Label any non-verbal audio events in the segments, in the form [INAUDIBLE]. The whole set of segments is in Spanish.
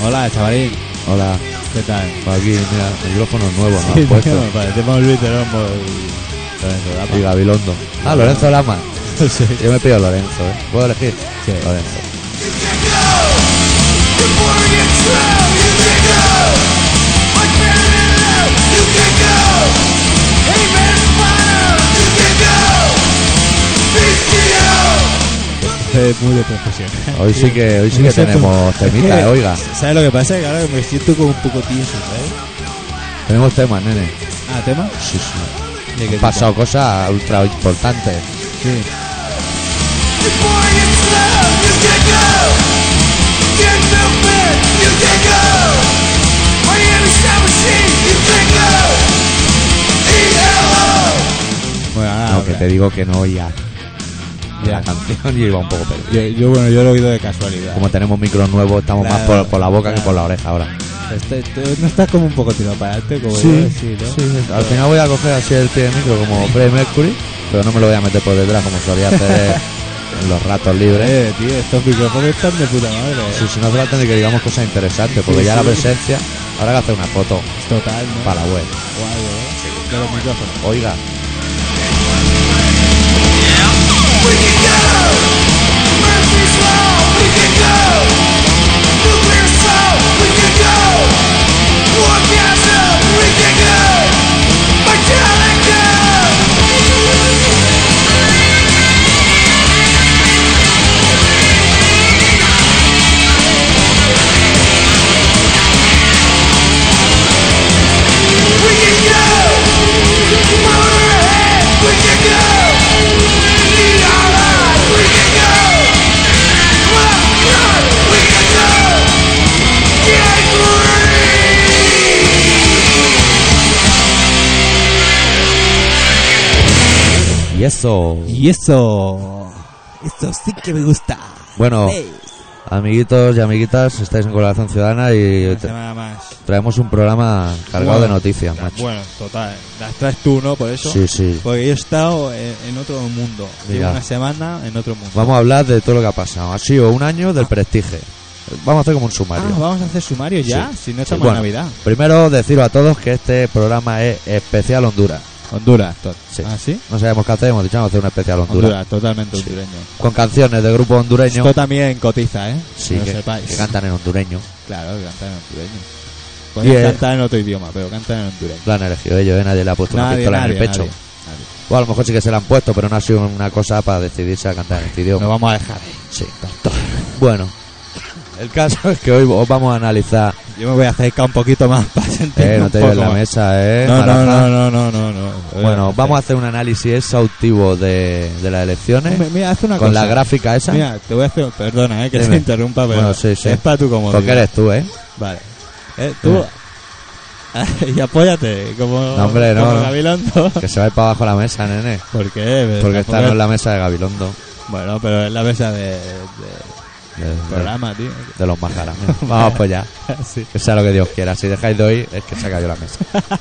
Hola, chavalín. Hola. ¿Qué tal? Pues aquí, mira, micrófonos nuevos Sí, nos han puesto. tío, parecemos Luis de Lombo y Lorenzo Lapa. Y Gabilondo. Ah, [LAUGHS] Lorenzo Lama. Yo me pido Lorenzo, ¿eh? ¿Puedo elegir? Sí. Lorenzo. Es muy de profesión. Hoy sí que, hoy sí que Me siento- tenemos [LAUGHS] Es temitas, que, eh, oiga. ¿Sabes lo que pasa? Que ahora me siento como un poco tieso, ¿sabes? Tenemos temas, nene. Ah, ¿tema? Sí, sí. ¿De qué Han pasado cosas ultra importantes. tipo? Sí. Bueno, ahora... No, que te digo que no oía Ya. la canción y iba un poco perdido. Yo, yo, bueno, yo lo he oído de casualidad. Como tenemos micro nuevo, estamos Claro, más por, por la boca claro. que por la oreja ahora. Este- tú- ¿No estás como un poco tirado para adelante? Como yo, sí, ¿no? Al final voy a coger así el pie de micro como Freddie Mercury, pero no me lo voy a meter por detrás como solía hacer [LAUGHS] en los ratos libres. Eh, tío, estos micrófonos están de puta madre. ¿eh? Si, si no tratan de que digamos cosas interesantes, porque Sí, ya la sí. presencia, ahora hay que hacer una foto Total, ¿no? para la web. O algo, ¿eh? De los micrófonos. Oiga, y eso. Y eso. Esto sí que me gusta. Oh. Bueno, amiguitos y amiguitas, estáis en colaboración ciudadana y Una te- semana más. traemos un programa cargado de noticias, macho. Bueno, total. Las traes tú, ¿no? Por eso. Sí, sí. Porque yo he estado en, en otro mundo. Mira. Llevo una semana en otro mundo. Vamos a hablar de todo lo que ha pasado. Ha sido un año del prestige. Vamos a hacer como un Ah, sumario. vamos a hacer sumario ya. Si no estamos Bueno, en Navidad. Primero, deciros a todos que este programa es especial Honduras. Honduras, tot. Sí. ¿Ah, sí? No sabemos qué hacer, hemos dicho vamos a hacer un especial Honduras. Honduras, totalmente Sí. hondureño. Con canciones de grupo hondureño. Esto también cotiza, ¿eh? Sí, que lo que, sepáis. que cantan en hondureño. Claro, que cantan en hondureño. Y, Pueden eh, cantar en otro idioma, pero cantan en hondureño. Lo han elegido ellos, ¿eh? nadie le ha puesto una pistola en el pecho. nadie, nadie. O a lo mejor sí que se la han puesto, pero no ha sido una cosa para decidirse a cantar en este idioma. Nos vamos a dejar ¿eh? ahí. Sí, tonto. Bueno, el caso es que hoy os vamos [LAUGHS] a analizar. Yo me voy a acercar un poquito más [LAUGHS] para sentirme Eh, no un te poco des la más. mesa, eh. No, no, Maraja. no, no, no, no, no. Bueno, vamos a hacer un análisis exhaustivo de, de las elecciones. Me- Mira, haz una con cosa. la gráfica esa. Mira, te voy a hacer... Perdona, eh, que Dime. te interrumpa, pero Bueno, sí, sí. es para tu comodidad. porque eres tú, ¿eh? Vale. Eh, tú... [LAUGHS] y apóyate, como... No, hombre, no, Como no. Gabilondo. Que se va a ir para abajo la mesa, nene. [LAUGHS] ¿Por qué? Porque esta no Tampoco- es la mesa de Gabilondo, Bueno, pero es la mesa de, de de, de- programa, tío. [LAUGHS] de los majaras. Vamos pues ya, sí. que sea lo que Dios quiera. Si dejáis de oír, es que se ha caído la mesa.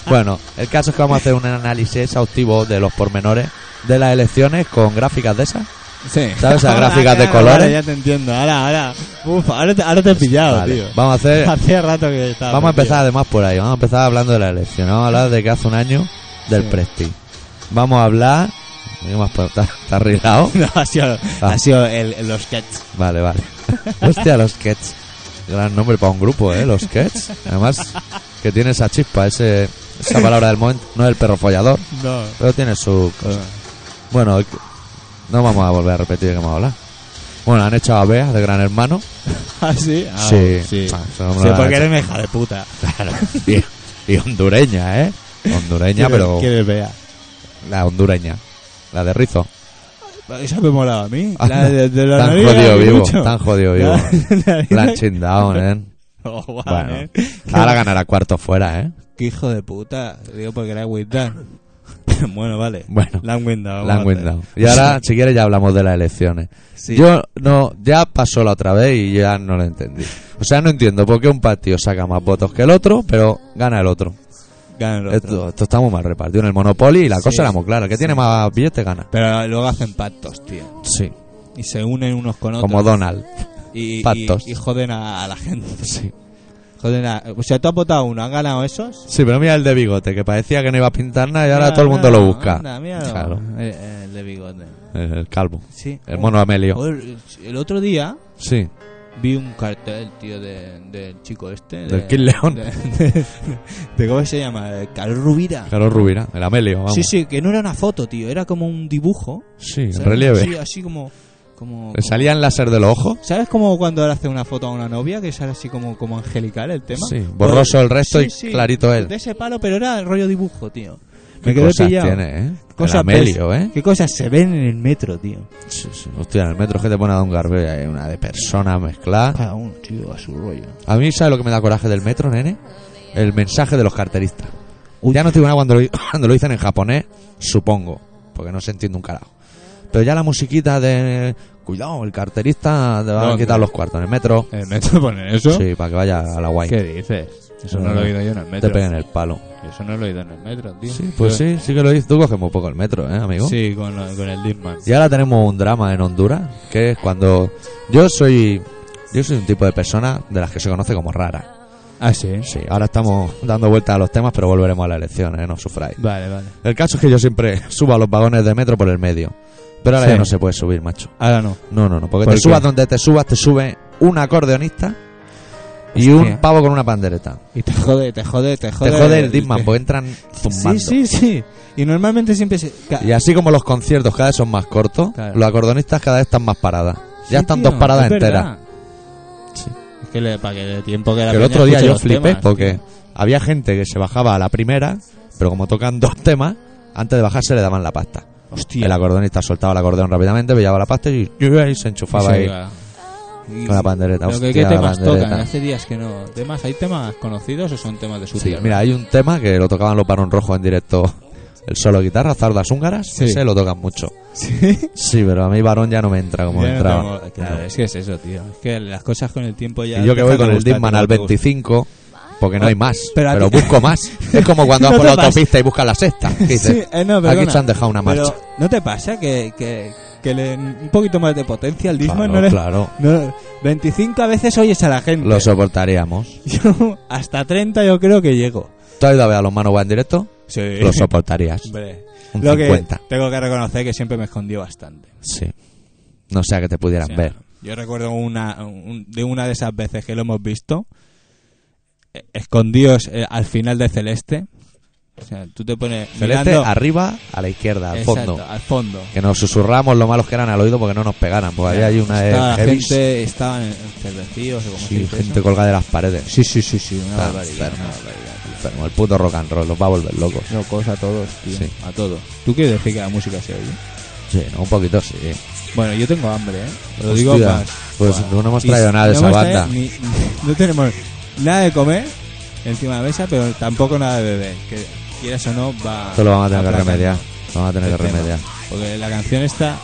Bueno, el caso es que vamos a hacer un análisis exhaustivo de los pormenores de las elecciones con gráficas de esas. [LAUGHS] sí. ¿Sabes esas Ahora, gráficas de ahora, colores? ahora ya te entiendo. Ahora, ahora. Uf, ahora te, ahora te he pillado, Vale. tío. Vamos a [LAUGHS] hacer Hacía rato que estaba. Vamos a metido. empezar además por ahí, vamos a empezar hablando de la elección, vamos a hablar de que hace un año del Sí. Prestige. Vamos a hablar... ¿Qué más puedo- ¿Está, está arreglado? [LAUGHS] No, ha sido, Ah. ha sido el, el- los sketches. [LAUGHS] Vale, vale. Hostia, los Cats. Gran nombre para un grupo, ¿eh? Los Cats. Además, que tiene esa chispa, ese, esa palabra del momento. No es el perro follador, No. pero tiene su... cosa. Bueno, el- no vamos a volver a repetir de qué vamos a hablar. Bueno, han hecho a Bea de Gran Hermano. ¿Ah, sí? Ah, Sí. Sí, Ah, eso no me Sí, lo han porque hecho. eres una hija de puta. [LAUGHS] Claro. Y, y hondureña, ¿eh? Hondureña, ¿Quieres- pero... ¿Quieres vea? La hondureña. La de Rizo. Esa me molaba a [LAUGHS] mí. Ah, La de, de la tan nariz jodido era vivo, mucho. tan jodido vivo. [LAUGHS] La- la- La han chindado, ¿eh? [LAUGHS] Oh, guau, Bueno. eh. Ahora ganará cuarto fuera, ¿eh? [LAUGHS] Qué hijo de puta. Digo, porque era Windows. [LAUGHS] bueno, vale. Bueno, La han guindado. la han vamos a hacer. guindado. [LAUGHS] Y ahora, si quieres, ya hablamos de las elecciones. Sí. Yo no, ya pasó la otra vez y ya no lo entendí. O sea, no entiendo por qué un partido saca más votos que el otro, pero gana el otro. Gana el otro. Esto, esto está muy mal repartido en el Monopoly y la Sí, cosa era muy clara. El que sí. tiene más billetes gana. Pero luego hacen pactos, tío. Sí, Y se unen unos con otros. como Donald. y, y- pactos. y joden a, a la gente. Sí. Joder, na- o sea, tú has votado uno, ¿han ganado esos? Sí, pero mira el de bigote, que parecía que no iba a pintar nada y ahora todo el mundo lo busca. Anda, míralo. Claro, Eh, eh, el de bigote. el, el calvo. Sí. El mono Amelio. Joder, el otro día Sí. vi un cartel, tío, de- del chico este. de- Del Kid León. De, de- de- ¿Cómo se llama? De Carlos Rubira. Carlos Rubira, el Amelio, vamos. Sí, sí, que no era una foto, tío, era como un dibujo. Sí, en ¿sabes? relieve. Sí, así como... como ¿Le como- salían láser de los ojos? ¿Sabes como cuando él hace una foto a una novia que sale así como, como angelical el tema? Pues, Sí, borroso el resto Sí, y sí, clarito él. De ese palo, pero era el rollo dibujo, tío. ¿Qué Me quedé cosas pillado. tiene, eh? Cosas el Amelio, ves- ¿eh? ¿Qué cosas se ven en el metro, tío? Sí, sí. Hostia, en el metro que te pone a Don Garbella, hay una de personas mezclada. Cada uno, tío, a su rollo. A mí, ¿sabes lo que me da coraje del metro, nene? El mensaje de los carteristas. Uy. Ya no estoy nada cuando lo, [COUGHS] cuando lo dicen en japonés, supongo, porque no se entiende un carajo. Pero ya la musiquita de... Cuidado, el carterista te va a ¿Dónde? quitar los cuartos en el metro. ¿En el metro [LAUGHS] ponen eso? Sí, para que vaya a la guay. ¿Qué dices? Eso no, lo he oído yo en el Te metro. peguen el palo. Eso no lo he oído en el metro, tío. Sí, pues sí, sí que lo dices. Tú coges muy poco el metro, ¿eh, amigo? Sí, con, lo- con el Disman. Y ahora tenemos un drama en Honduras, que es cuando yo soy yo soy un tipo de persona de las que se conoce como rara. Ah, sí. Sí, ahora estamos dando vueltas a los temas, pero volveremos a la elección, ¿eh? no sufráis. Vale, vale. El caso es que yo siempre [LAUGHS] subo a los vagones de metro por el medio, pero ahora Sí. ya no se puede subir, macho. Ahora no. No, no, no, porque ¿Por te qué? subas donde te subas, te sube un acordeonista y un Hostia. pavo con una pandereta. Y te jode, te jode, te jode. te jode el Disman, porque entran Sí, zumbando. sí, sí. Y normalmente siempre se... ca- Y así como los conciertos cada vez son más cortos, Claro. los acordeonistas cada vez están más paradas. Ya Sí, están tío, dos paradas es verdad. enteras. Sí. Es que le, para que dé tiempo que la Que el peña otro día escuche yo los flipé temas, porque tío. había gente que se bajaba a la primera, pero como tocan dos temas, antes de bajarse le daban la pasta. Hostia. El acordeonista soltaba el acordeón rápidamente, pillaba la pasta y, y se enchufaba Sí, ahí claro. Y- con la pandereta. Pero que, Hostia, ¿Qué la temas tocan? pandereta. Hace días que no. ¿Temas? ¿Hay temas conocidos o son temas de su Sí, tierra? mira, hay un tema que lo tocaban los Barón Rojos en directo. El solo guitarra, zardas húngaras, Sí. ese lo tocan mucho. [LAUGHS] Sí. Sí, pero a mí Barón ya no me entra como Ya no entraba. tengo- claro, No. es que es eso, tío. Es que las cosas con el tiempo ya. Y yo que dejan voy de con el gustarte, Disman no al te gusta. 25, porque no hay más. Pero Pero, a ti- busco más. Es [LAUGHS] como cuando vas No por te la pasa. autopista y buscas la sexta. que dices, [LAUGHS] Sí, eh, no, aquí perdona. se han dejado una marcha. Pero, ¿no te pasa que, que, que le, un poquito más de potencia al Disman claro, no le. claro, no- 25 a veces oyes a la gente. lo soportaríamos. [LAUGHS] Yo hasta 30 yo creo que llego. ¿Tú has ido a ver a los manos en directo? Sí. Lo soportarías. [LAUGHS] Hombre. Un Lo que 50. tengo que reconocer que siempre me escondió bastante. Sí. No sea que te O pudieran sea, ver. Yo recuerdo una un- de una de esas veces que lo hemos visto, eh, escondidos eh, al final de Celeste. O sea, tú te pones Celeste mirando- arriba, a la izquierda, al Exacto, fondo. al fondo. Que nos susurramos lo malos que eran al oído porque no nos pegaran. Porque había ahí una de Estaba la heavies. gente estaban encervecidos o como se Sí, dice gente eso. colgada de las paredes. Sí, sí, sí, sí, una Está barbaridad, enfermo. una barbaridad, tío. Enfermo, el puto rock and roll los va a volver locos. Locos a todos, tío, Sí. a todos. ¿Tú quieres decir que la música se oye? Sí, ¿no? un poquito sí. Bueno, yo tengo hambre, ¿eh? Lo Hostia, digo más. Pues Buah. no hemos Y traído nada de no esa hemos traído banda. ni- no tenemos nada de comer encima de la mesa, pero tampoco nada de beber. Que quieras o no, va. Esto lo vamos a tener que aplacando remediar. Lo vamos a tener el que Este tema. remediar. Porque la canción esta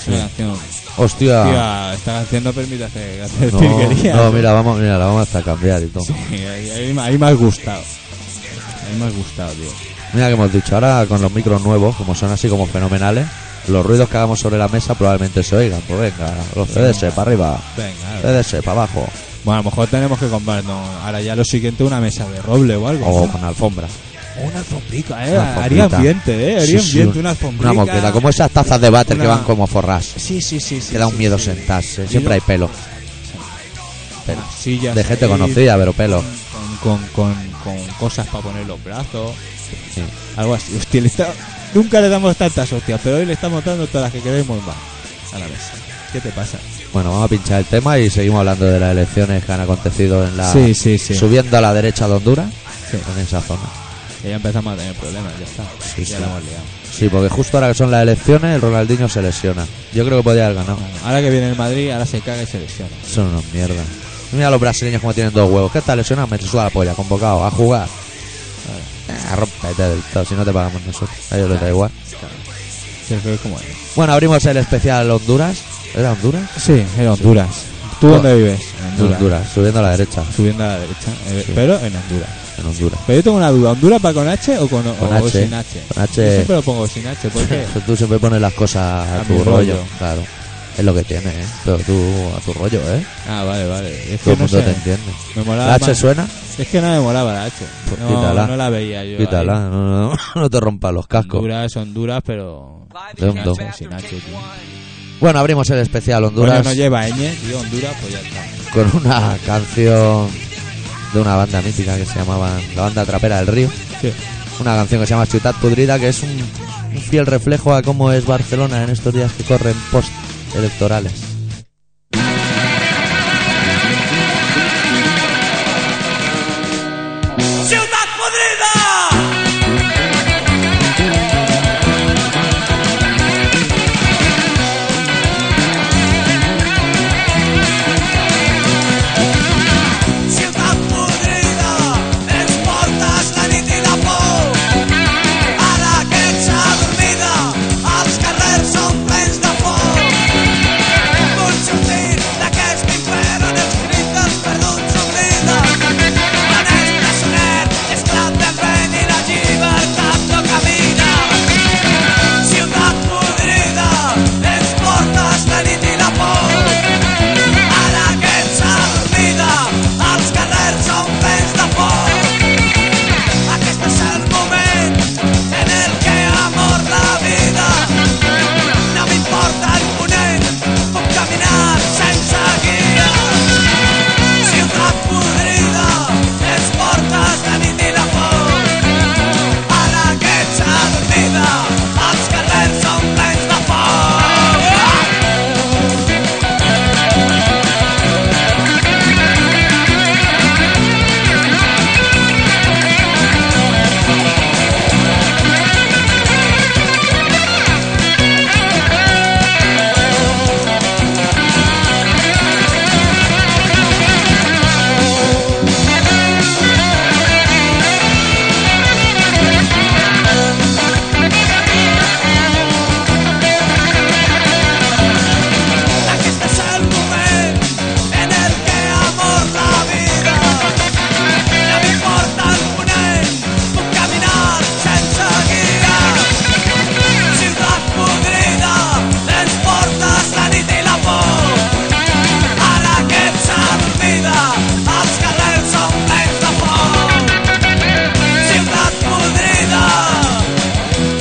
es una canción. Hostia. Tía, esta canción no permite hacer, hacer Ah. [LAUGHS] no, virguerías. no, mira, vamos, mira, la vamos hasta a cambiar y todo. Sí, ahí, ahí me- ahí me has gustado. Ahí me has gustado, tío. Mira que hemos dicho, ahora con los micros nuevos, como son así como fenomenales, los ruidos que hagamos sobre la mesa probablemente se oigan. Pues venga, los CDs para arriba, Venga, a ver. CDs para abajo, Bueno, a lo mejor tenemos que comprarnos ahora ya lo siguiente una mesa de roble o algo. o con alfombra. Una alfombrica, eh. Oh. Una haría alfombrita. ambiente, eh. Haría Sí, sí, ambiente, una alfombrica. Una moqueta, como esas tazas de váter que Una- van como forras. Sí, sí, sí. sí Que da un sí, miedo sí. sentarse, Y siempre hay no- pelo. pelo. unas sillas De gente ahí, conocida, pero pelo. Con, con, con, con cosas para poner los brazos. Sí. Algo así. [LAUGHS] Hostia, le está- nunca le damos tantas hostias, pero hoy le estamos dando todas las que queremos más a la mesa. ¿Qué te pasa? Bueno, vamos a pinchar el tema y seguimos hablando de las elecciones que han acontecido en la... sí, sí. Subiendo a la derecha de Honduras, Sí. en esa zona. Y ya empezamos a tener problemas, ya está. Sí, ya sí. la hemos liado. Sí, porque justo ahora que son las elecciones, el Ronaldinho se lesiona. Yo creo que podía haber ganado. Bueno, ahora que viene el Madrid, ahora se caga y se lesiona. Son unos mierdas. Mira los brasileños como tienen dos huevos. ¿Qué está lesionado? Me suda la polla, convocado, a jugar. Ah, rómpete del todo, si no te pagamos nosotros. A ellos les da igual. Se ve como es. Bueno, abrimos el especial Honduras. ¿Era Honduras? Sí, en Honduras. ¿Tú dónde vives? En subiendo a la derecha. Subiendo a la derecha, eh, pero en Honduras. En Honduras. Pero yo tengo una duda, ¿Honduras va con H o, con, o- Con o H. sin H? Con Yo H. [LAUGHS] siempre lo pongo sin H, porque Tú siempre pones las cosas a, A tu mi rollo. rollo. Claro. Es lo que tiene, ¿eh? Pero tú a tu rollo, ¿eh? Ah, vale, vale. Es Todo que el no mundo te sé. entiende. Me molaba ¿La H más- suena? Es que no me molaba la H. Pues no, quítala. no la veía yo. ahí. Quítala, no, no, no, [LAUGHS] no te rompas los cascos. Honduras, Honduras, pero. De un do. Sin H, tío. Bueno, abrimos el especial Honduras Bueno, no lleva ñ, tío, Honduras, pues ya está. con una canción de una banda mítica que se llamaba La Banda Trapera del Río. Sí. Una canción que se llama Ciudad Pudrida, que es un, un fiel reflejo a cómo es Barcelona en estos días que corren post-electorales. ¡Ciudad podrida! ¡Ciudad podrida! Exportes la nit i la por Ara que ets adormida Els carrers són plens de por Vull sortir d'aquest infern on els crims perduts s'obliden en el presoner esclat de ven i la llibertat no camina. Ciutat podrida, ens portes la nit i la por. Ara que ets adormida, els carrers són plens de por. Aquest és el moment en el que ha mort la vida. No m'importa el ponent, puc caminar sense guia. Ciutat podrida, les portes de nit i la por. Ara que ets adormida, els carrers són plens de foc. Aquest és el moment en el que ha mort la vida. No m'importa el ponent, puc caminar sense guia. Ciutat podrida, les portes, la nit i la por. Ara que ets adormida, els carrers són plens de foc. Ciutat podrida,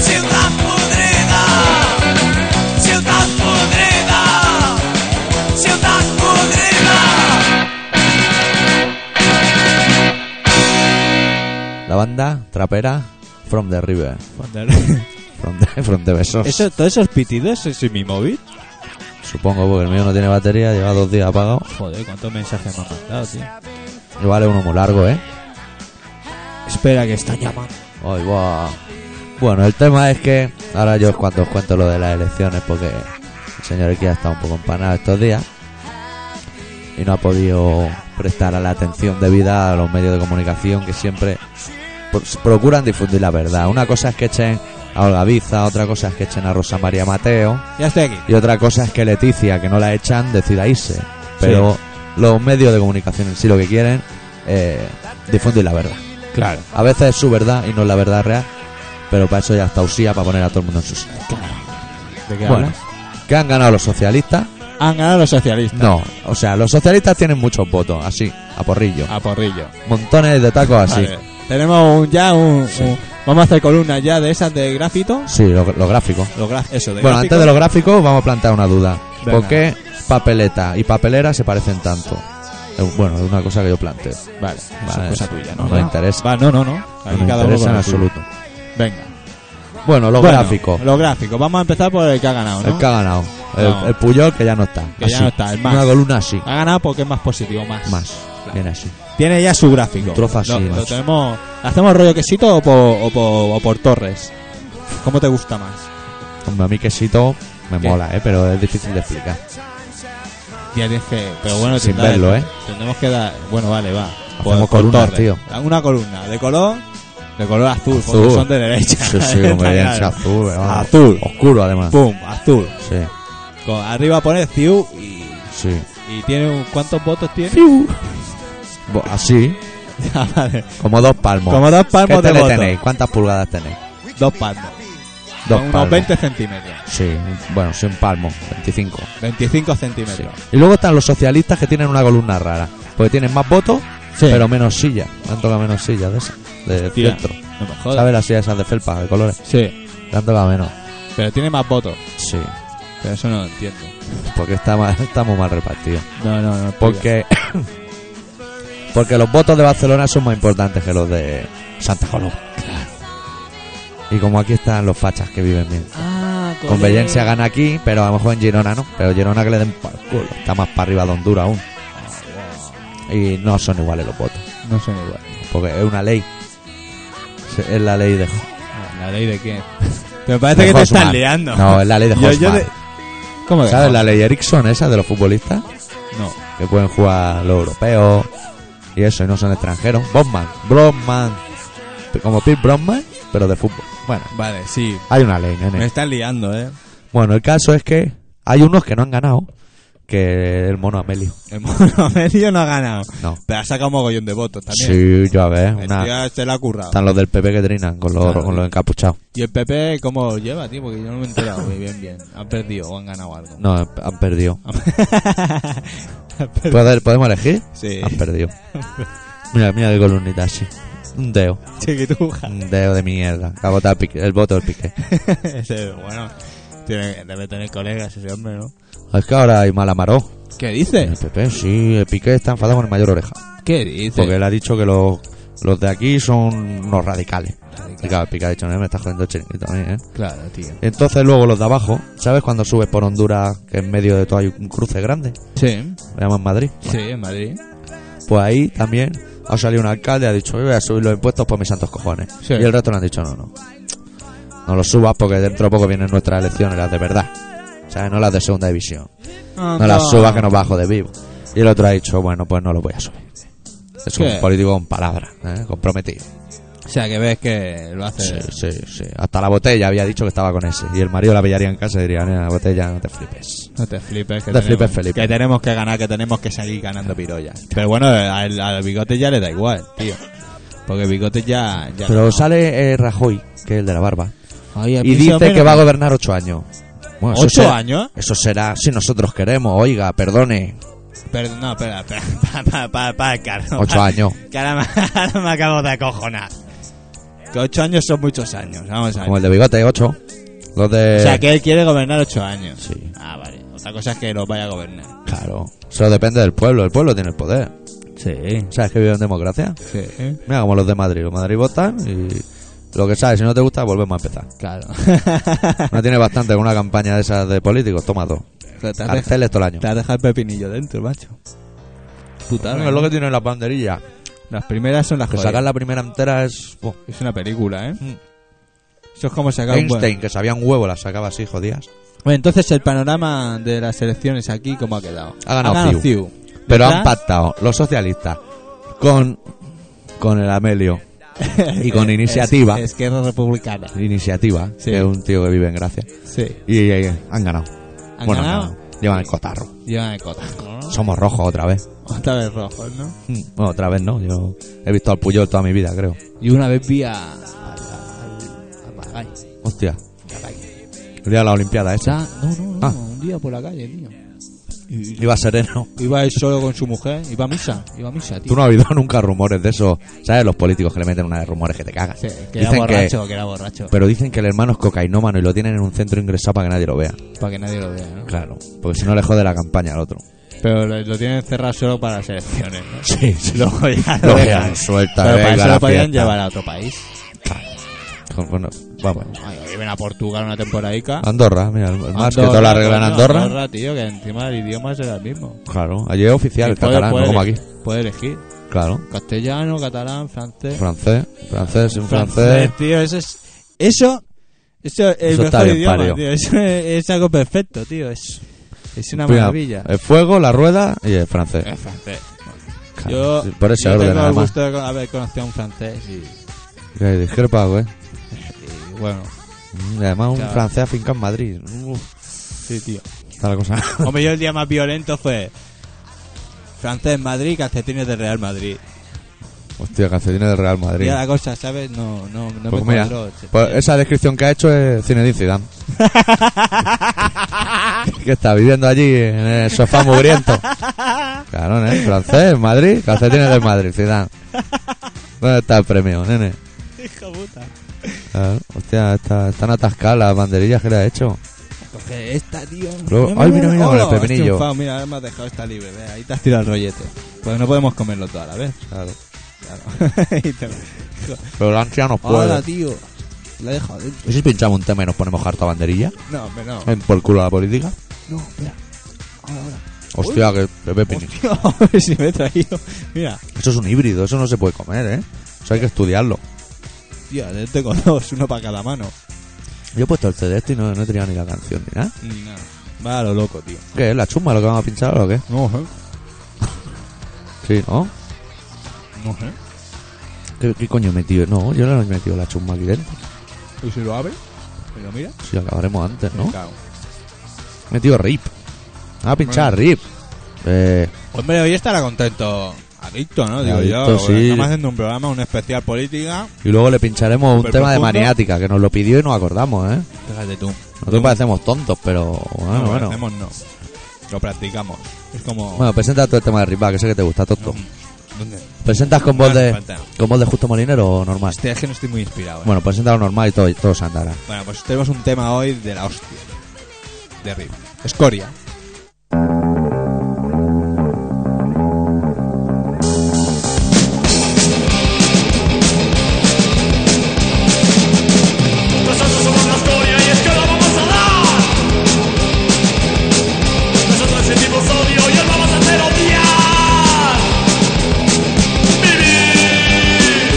ciutat podrida. Ciutat podrida, ciutat podrida. La banda Trapera From the River. From the, [LAUGHS] from the Besos. [LAUGHS] Eso, ¿Todos esos pitidos es en mi móvil? Supongo, porque el mío no tiene batería, lleva dos días apagado. Joder, cuántos mensajes me han mandado, tío. Y vale uno muy largo, ¿eh? Espera, que están llamando. Ay, guau. Bueno, el tema es que ahora yo cuando os cuento lo de las elecciones, porque el señor X ha estado un poco empanado estos días y no ha podido prestar a la atención debida a los medios de comunicación que siempre pro- procuran difundir la verdad. Una cosa es que echen a Olga Biza, otra cosa es que echen a Rosa María Mateo Ya estoy aquí. y otra cosa es que Leticia, que no la echan, decida irse. Pero los medios de comunicación en sí lo que quieren eh, difundir la verdad. Claro. A veces es su verdad y no es la verdad real, pero para eso ya está usía para poner a todo el mundo en su sitio. ¿De qué Bueno, hablas? Ah, ¿qué han ganado los socialistas? Han ganado los socialistas. No, o sea, los socialistas tienen muchos votos, así, a porrillo. A porrillo. Montones de tacos así. Vale. Tenemos un, ya un, un- Vamos a hacer columnas ya de esas de grafito. Sí, lo, lo gráfico. Los graf- eso, de Bueno, gráfico. antes de los gráficos vamos a plantear una duda. Venga. ¿Por qué papeleta y papelera se parecen tanto? Eh, Bueno, es una cosa que yo planteo. Vale, eso Vale, es cosa tuya, ¿no? no me interesa. Va, no, no, no. No Aquí me cada uno interesa en con lo suyo. absoluto. Venga. Bueno, los Bueno, gráficos. Los gráficos. Vamos a empezar por el que ha ganado, ¿no? El que ha ganado. El, No. el Puyol que ya no está. Que ya Así. no está, el más. Ah. Una columna así. Ha ganado porque es más positivo, más. Más. Viene así. Tiene ya su gráfico. Un trozo así, Lo- lo macho. tenemos- ¿Hacemos rollo quesito o por, o por- o por torres? ¿Cómo te gusta más? Hombre, a mí quesito me ¿Qué? mola, ¿eh? Pero es difícil de [LAUGHS] explicar. Ya tienes que. Pero bueno, Sin tendrá- verlo, ¿eh? Tendremos que dar. Bueno, vale, va. Hacemos columnas, tío. Una columna. De color. De color azul, Azul. porque son de derecha. Sí, [LAUGHS] Está sí, como bien, claro. es azul, pero vamos, Azul. Oscuro, además. Pum, azul. Sí, Con- arriba pone Ciu y, sí. y tiene un- ¿Cuántos votos tiene? Bo- [LAUGHS] Así, Ah, vale. como dos palmos. Como dos palmos ¿Qué de tele voto. tenéis? ¿Cuántas pulgadas tenéis? Dos palmos. Dos Con unos palmos. 20 centímetros. Sí, un- bueno, sí, un palmo, 25. 25 sí. centímetros. Y luego están los socialistas que tienen una columna rara. Porque tienen más votos, Sí. pero menos sillas. Han tocado menos sillas de esas, de Tía, fieltro. no me jodas. ¿Sabes las sillas esas de felpa, de colores? Sí, Le han tocado menos. pero tiene más votos. Sí, Pero eso no lo entiendo. porque está, mal, está muy mal repartido. No, no, no. Porque, [COUGHS] porque los votos de Barcelona son más importantes que los de Santa Coloma. Y como aquí están los fachas que viven bien. Ah, Con Bellense gana aquí, pero a lo mejor en Girona no. Pero Girona que le den pa'l culo. Está más para arriba de Honduras aún. Ah, Y no son iguales los votos. No son igual. Porque es una ley. Se- Es la ley de. Ah, ¿La ley de [LAUGHS] quién? Te parece de que te Hosman. estás liando. No, es la ley de Yo- yo Hosman. de- ¿Cómo que ¿Sabes no? la ley Erickson esa de los futbolistas? No. Que pueden jugar los europeos y eso, y no son extranjeros. Bosman, Brosman. Como Pete Brosman, pero de fútbol. Bueno, Vale, sí. hay una ley, Me nene. estás liando, eh. Bueno, el caso es que hay unos que no han ganado. Que el mono Amelio. El [LAUGHS] mono medio no ha ganado. No. Pero ha sacado mogollón de votos también. Sí, yo a ver, El una, tío se la ha currado. Están los del PP que trinan con los, Claro. con los encapuchados. ¿Y el PP cómo lleva, tío? Porque yo no me he enterado. Bien, bien, bien. ¿Han perdido o han ganado [LAUGHS] algo? No, han- han perdido. [LAUGHS] Han perdido. ¿Poder- ¿Podemos elegir? Sí. Han perdido. Mira, mira qué columnita así. Un deo. Chiquituja. Un deo de mierda. Que ha votado el, Piqué- el voto del pique. [LAUGHS] Ese, bueno, tiene, debe tener colegas ese hombre, ¿no? Es que ahora hay malamaró. ¿Qué El dice? PP, sí. El pique está enfadado con el mayor oreja. ¿Qué dice? Porque él ha dicho que los, los de aquí son unos radicales. Y claro, el pique ha dicho, no, me estás jodiendo el chiringuito a mí, ¿eh? Claro, tío. Entonces luego los de abajo, ¿sabes cuando subes por Honduras que en medio de todo hay un cruce grande? Sí, Me llaman Madrid. sí, en Madrid. Pues ahí también ha salido un alcalde y ha dicho, "Yo voy a subir los impuestos por mis santos cojones. Sí. Y el resto le han dicho, no, no. No los subas porque dentro de poco vienen nuestras elecciones, las de verdad. O sea, no las de segunda división. No las subas que nos bajo de vivo. Y el otro ha dicho, bueno, pues no los voy a subir. Es ¿Qué? un político con palabras, ¿eh? comprometido. O sea, que ves que lo hace... Sí, sí, sí. Hasta la botella había dicho que estaba con ese. Y el marido la pillaría en casa y diría, "Nena, la botella, no te flipes. No te flipes, que, No te tenemos, flipes, Felipe. que tenemos que ganar, que tenemos que seguir ganando pirollas. Pero bueno, al, al bigote ya le da igual, tío. Porque el bigote ya... ya Pero no. sale eh, Rajoy, que es el de la barba, Ay, el y piso dice que menos- va a gobernar ocho años. Bueno, eso ¿Ocho será- años? Eso será si nosotros queremos, oiga, [LAUGHS] perdone. Perdón, no, [LAUGHS] espera, espera. Pa, pa, pa, pa, caramba. Ocho años. [LAUGHS] Que ahora me, ahora me acabo de acojonar. Que ocho años son muchos años, vamos a ver. Como el de bigote, ocho. Los de... O sea, que él quiere gobernar ocho años. Sí. Ah, vale. Otra cosa es que los vaya a gobernar. Claro. Eso depende del pueblo, el pueblo tiene el poder. Sí. ¿Sabes que vive en democracia? Sí. Mira, como los de Madrid. Los de Madrid votan y... Lo que sabes, si no te gusta, volvemos a empezar. [LAUGHS] Claro. No tiene bastante con una campaña de esas de políticos, toma dos. Pero te, has dejado, Carceles todo el año. te has dejado el pepinillo dentro, macho. Putada. Bueno, ¿no? es lo Pues que tienen las banderillas. Las primeras son las Que jodidas. sacar la primera entera es... buah, Es una película, ¿eh? Mm. Eso es como sacar un buen- Einstein, que sabía un huevo, la sacaba así, jodías. Bueno, entonces el panorama de las elecciones aquí, ¿cómo ha quedado? Ha ganado CIU. Pero ¿Verdad? han pactado los socialistas con, con el Amelio y con Iniciativa. [LAUGHS] Es, Esquerra Republicana. Iniciativa, Sí. que es un tío que vive en Gracia. Sí. Y, y- y han ganado. ¿Han bueno, ganado? han ganado. Llevan el cotarro. Llevan el cotaco, ¿no? Somos rojos otra vez. Otra vez rojos, ¿no? Mm, Bueno, otra vez no. Yo he visto al Puyol toda mi vida, creo. Y una vez vi a... al- al- al Maragall, Hostia, en la calle. el día de la Olimpiada esa. Ya, no, no, no, Ah. un día por la calle, tío. Y- Iba sereno. Iba él solo con su mujer, iba a misa, iba a misa, tío. Tú no has oído nunca rumores de eso. ¿Sabes? Los políticos que le meten una de rumores que te cagas. Sí, que era Dicen que- borracho, que... era borracho. Pero dicen que el hermano es cocainómano y lo tienen en un centro ingresado para que nadie lo vea. Para que nadie lo vea, ¿no? Claro. Porque si no le jode la campaña al otro. Pero lo, lo tienen cerrado solo para las elecciones, ¿no? Sí, sí. [LAUGHS] Luego ya Lo dejan. dejan, suelta, eh, Pero para venga, eso la lo podían fiesta. llevar a otro país. Con- con- vamos. Ay, Lleven a Portugal una temporadica. Andorra, mira, el el más que todo lo arreglan en coño, Andorra. Andorra, tío, que encima el idioma será el mismo. Claro, allí es oficial Y el catalán, no como aquí. puede elegir Claro, castellano, catalán, francés. francés, francés, un francés. tío, eso es. Eso. Eso es el Eso está mejor bien idioma, parido. tío. Eso es, es algo perfecto, tío. Es, es una Mira, maravilla. El fuego, la rueda y el francés. Es francés. Claro, Yo, sí, por ese yo orden, tengo el además. gusto de con- haber conocido a un francés y, Que discrepa, güey. y bueno, Mm, Y además, un Claro. francés afincado en Madrid. Uf, sí, tío. está la cosa. [LAUGHS] Hombre, yo el día más violento fue francés en Madrid, calcetines de Real Madrid. Hostia, calcetines del Real Madrid. Ya la cosa, ¿sabes? No, no, no Pues me mira, cuadró. pues esa descripción que ha hecho es Zinedine [LAUGHS] Zidane. que está viviendo allí en el sofá mugriento. Claro, ¿eh? Francés, Madrid, calcetines del Madrid, Zidane. ¿Dónde está el premio, nene? Hijo puta. Claro, hostia, está- están atascadas las banderillas que le ha hecho. Coge esta, tío. Luego- ay, mira, mira, con el Hola, has pepinillo. triunfado, Mira, ahora me has dejado esta libre. ve, Ahí te has tirado el rollete. Pues no podemos comerlo todo a la vez. Claro. [LAUGHS] Claro. Y te- Pero la ansia nos Hola, puede. tío. La he dejado dentro. ¿Y si pinchamos un tema y nos ponemos harta banderilla? No, hombre, no. En por culo a la política. No, espera. Ahora, ahora. [LAUGHS] Hostia, que pepinillo. Hostia, a ver si me he traído. Mira, Eso es un híbrido, eso no se puede comer, ¿eh? Eso hay que estudiarlo. tío, yo tengo dos, uno para cada mano. Yo he puesto el CD este y no, no he tirado ni la canción ni nada. Ni nada. Va a lo loco, tío. ¿Qué es? ¿La chumba lo que vamos a pinchar o qué? No, ¿eh? Sí, ¿no? No, ¿eh? ¿Qué, qué coño he metido? No, yo no he metido la chumba aquí dentro. ¿Y si lo abre? ¿Y lo mira? Si acabaremos antes, ¿no? Me cago. He metido RIP. Vamos a pinchar RIP. Eh, Hombre, hoy estará contento. Adicto, ¿no? Digo yo. Adicto, sí. porque Estamos haciendo un programa, un especial política. y luego le pincharemos un Súper tema de profundo. maniática que nos lo pidió y nos acordamos, ¿eh? Fíjate tú. Nosotros parecemos tontos, pero bueno, no, bueno. Lo hacemos, no. Lo practicamos. Es como. Bueno, presenta tú el tema de RIP, va, que sé que te gusta, tonto. No, ¿Dónde? ¿Presentas con No voz hace de, falta. con voz de Justo Molinero o normal? Hostia, es que no estoy muy inspirado. ¿eh? Bueno, presenta lo normal y todo, y todo se andará. Bueno, pues tenemos un tema hoy de la hostia. De Rip. Escoria. Nosotros somos la historia y es que la vamos a dar. Nosotros sentimos odio y os vamos a hacer odiar. Vivir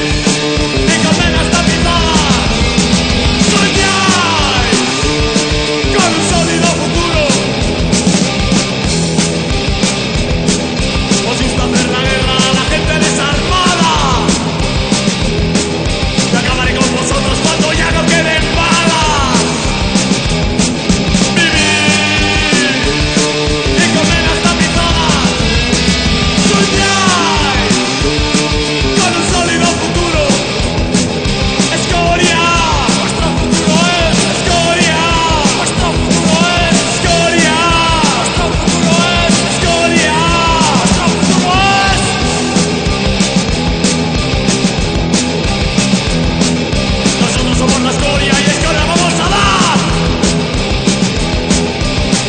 en cadenas de mitad. Soñáis con un sólido futuro. Os gusta hacer la guerra a la gente desarmada. Y acabaré con vosotros cuando ya no queden balas Vivir y comer hasta pizadas Soñáis con un sólido futuro Escoria, vuestro futuro es Escoria, vuestro futuro es Escoria, vuestro futuro es Escoria, vuestro futuro es Nosotros somos la escoria y es que ahora vamos a dar.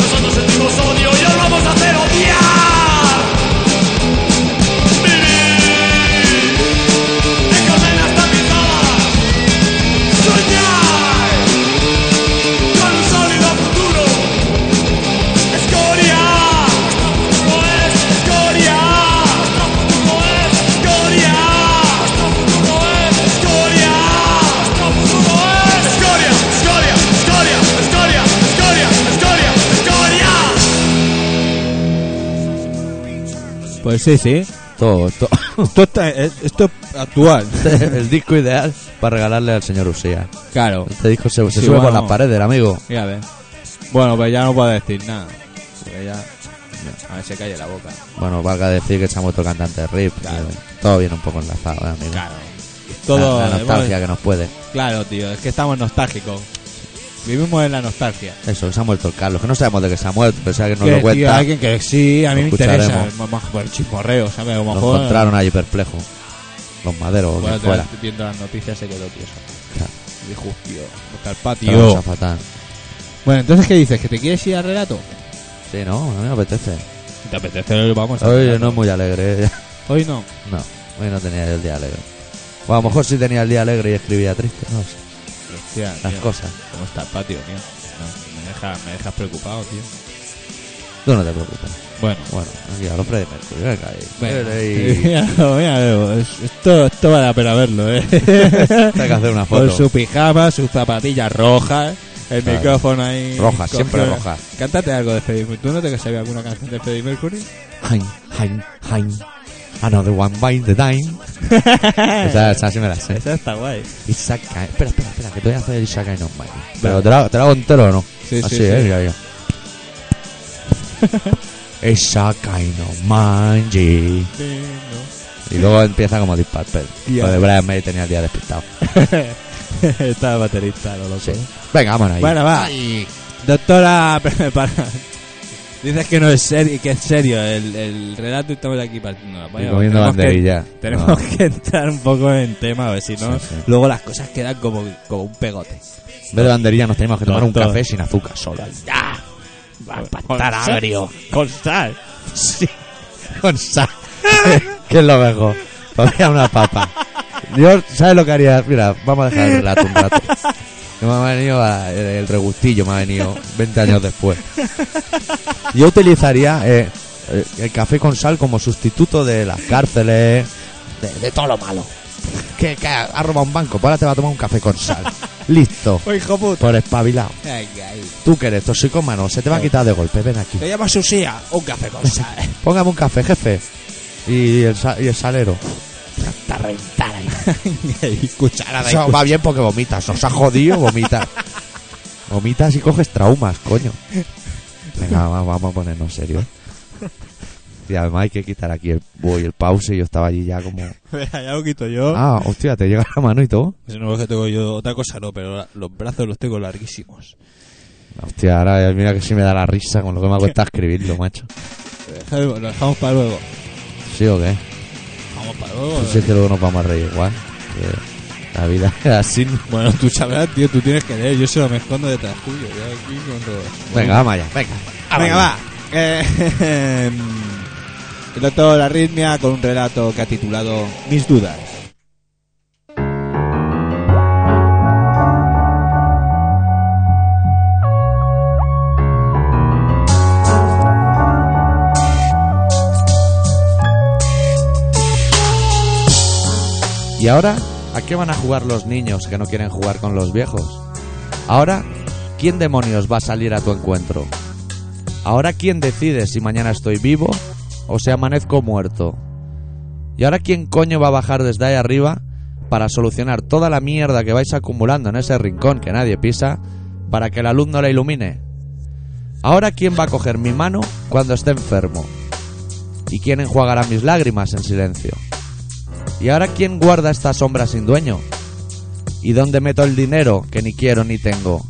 Nosotros sentimos odio y ahora vamos a hacer odiar. Vivir en cadenas tapizadas. Soñar con un sólido futuro. Escoria, nuestro futuro es escoria. Nuestro futuro es escoria. Nuestro futuro es escoria. Nuestro futuro es escoria, escoria, escoria, escoria, escoria, escoria, escoria. Pues sí, sí. Todo, todo. Esto, está- es- esto es actual. [LAUGHS] el disco ideal para regalarle al señor Usía. Claro. Este disco se, se Sí, sube por bueno. las paredes, amigo. Ya ves. Bueno, pues ya no puedo decir nada. Porque ya. A ver, se calle la boca. Bueno, valga decir que se ha muerto el cantante de Rip. Claro. Eh, Todo viene un poco enlazado, eh, amigo. Claro. La- Todo. eh, la, nostalgia que nos puede. hemos- claro, tío. Es que estamos nostálgicos. Vivimos en la nostalgia. Eso, que se ha muerto el Carlos. Que no sabemos de qué se ha muerto, pero sea que nos Que, lo tío, cuenta. alguien que sí, a Lo mí me interesa. escucharemos. Más por el chismorreo, ¿sabes? A lo Lo mejor- eh. encontraron allí perplejo. Los maderos, o Bueno, quien te fuera. vas viendo las noticias se quedó tieso. Claro. Dijo, tío, hasta el Pero patio. está fatal. Bueno, entonces, ¿qué dices? ¿Que te quieres ir al relato? Sí, no, a mí me apetece. Si te apetece, vamos al Hoy relato. no es muy alegre. [LAUGHS] eh. Hoy no. No, hoy no tenía yo el día alegre. O a lo mejor sí tenía el día alegre y escribía triste. No sé, Hostia, las tío, cosas. ¿Cómo está el patio, tío? No, me, deja- me dejas preocupado, tío. Tú no te preocupes. Bueno. Bueno, aquí a los Freddy Mercury, venga ahí. Bueno, [LAUGHS] Ahí. míralo, míralo. Es- Esto, esto vale la pena verlo, [LAUGHS] ¿eh? Hay que hacer una Con foto. su pijama, sus zapatillas rojas, el Claro. micrófono ahí. Roja, cogido. siempre roja. Cántate algo de Freddie Mercury. ¿Tú no te sabías alguna canción de Freddie Mercury? Hein, hein, hein. Another one by the [LAUGHS] dime. Esa, esa sí me la sé. Esa está guay. It's a kind- Espera, espera, espera, que te voy a hacer It's a kind of money. Vale. Pero te la, te la hago entero o no. Sí, Así, sí, eh, sí. mira, mira. [LAUGHS] It's a kind of money. Sí, no. Y luego empieza como Deep Purple. Ya. Lo de Brian May tenía el día despistado. [LAUGHS] Está el baterista, lo loco. Sí. Venga, vámonos ahí. Bueno, va. Doctora, prepara. Dices que no es serio, que es serio el, el relato y estamos aquí partiendo la y polla. comiendo Tenemos que- banderilla. Tenemos No. que entrar un poco en tema, a ver si no, Sí, sí. luego las cosas quedan como, como un pegote. En vez de banderilla nos tenemos que tomar un Doctor. café sin azúcar solo. [LAUGHS] ¡Ya! Va Con sal. Con sal. Sí. Con sal. [LAUGHS] ¿Qué es lo mejor? Comía una papa. Yo, ¿sabes lo que haría? Mira, vamos a dejar el relato un rato. Que me ha venido a- el, el regustillo, me ha venido 20 años después. Yo utilizaría eh, eh, el café con sal como sustituto de las cárceles, de, de todo lo malo. Que, que ha robado un banco, pues ahora te va a tomar un café con sal. Listo, ¡Oh, hijo puta! por espabilado. [LAUGHS] Venga, ahí. Tú que eres toxicómano, se te va a quitar de golpe, ven aquí. Te llamas Susía, un café con sal. Póngame un café, jefe. Y el, sa- y el salero. Está reventada [LAUGHS] ahí. Cuchara de Eso va bien porque vomitas. Nos ha jodido, vomitas. vomitas y coges traumas, coño. Venga, va- vamos a ponernos serios. Y además hay que quitar aquí el buey, el pause. Yo estaba allí ya como. [LAUGHS] Venga, ya lo quito yo. Ah, hostia, te llega la mano y todo. Si no, es que tengo yo otra cosa, no, pero la- los brazos los tengo larguísimos. Hostia, ahora eh, mira que sí me da la risa con lo que me ha costado escribirlo, macho. Lo dejamos para luego. ¿Sí o qué? Vamos para luego. Pues es que luego nos vamos a reír igual. Que La vida [LAUGHS] es así. Bueno, tú sabrás, tío, tú tienes que leer. Yo se lo me escondo detrás tuyo. Yo aquí con todo. Venga, vamos allá, venga. Venga, va. Eh, [LAUGHS] el doctor Arritmia con un relato que ha titulado Mis dudas. ¿Y ahora? ¿A qué van a jugar los niños que no quieren jugar con los viejos? Ahora, ¿quién demonios va a salir a tu encuentro? Ahora, ¿quién decide si mañana estoy vivo o si amanezco muerto? ¿Y ahora quién coño va a bajar desde ahí arriba para solucionar toda la mierda que vais acumulando en ese rincón que nadie pisa para que la luz no la ilumine? ¿Ahora quién va a coger mi mano cuando esté enfermo? ¿Y quién enjuagará mis lágrimas en silencio? ¿Y ahora quién guarda esta sombra sin dueño? ¿Y dónde meto el dinero que ni quiero ni tengo?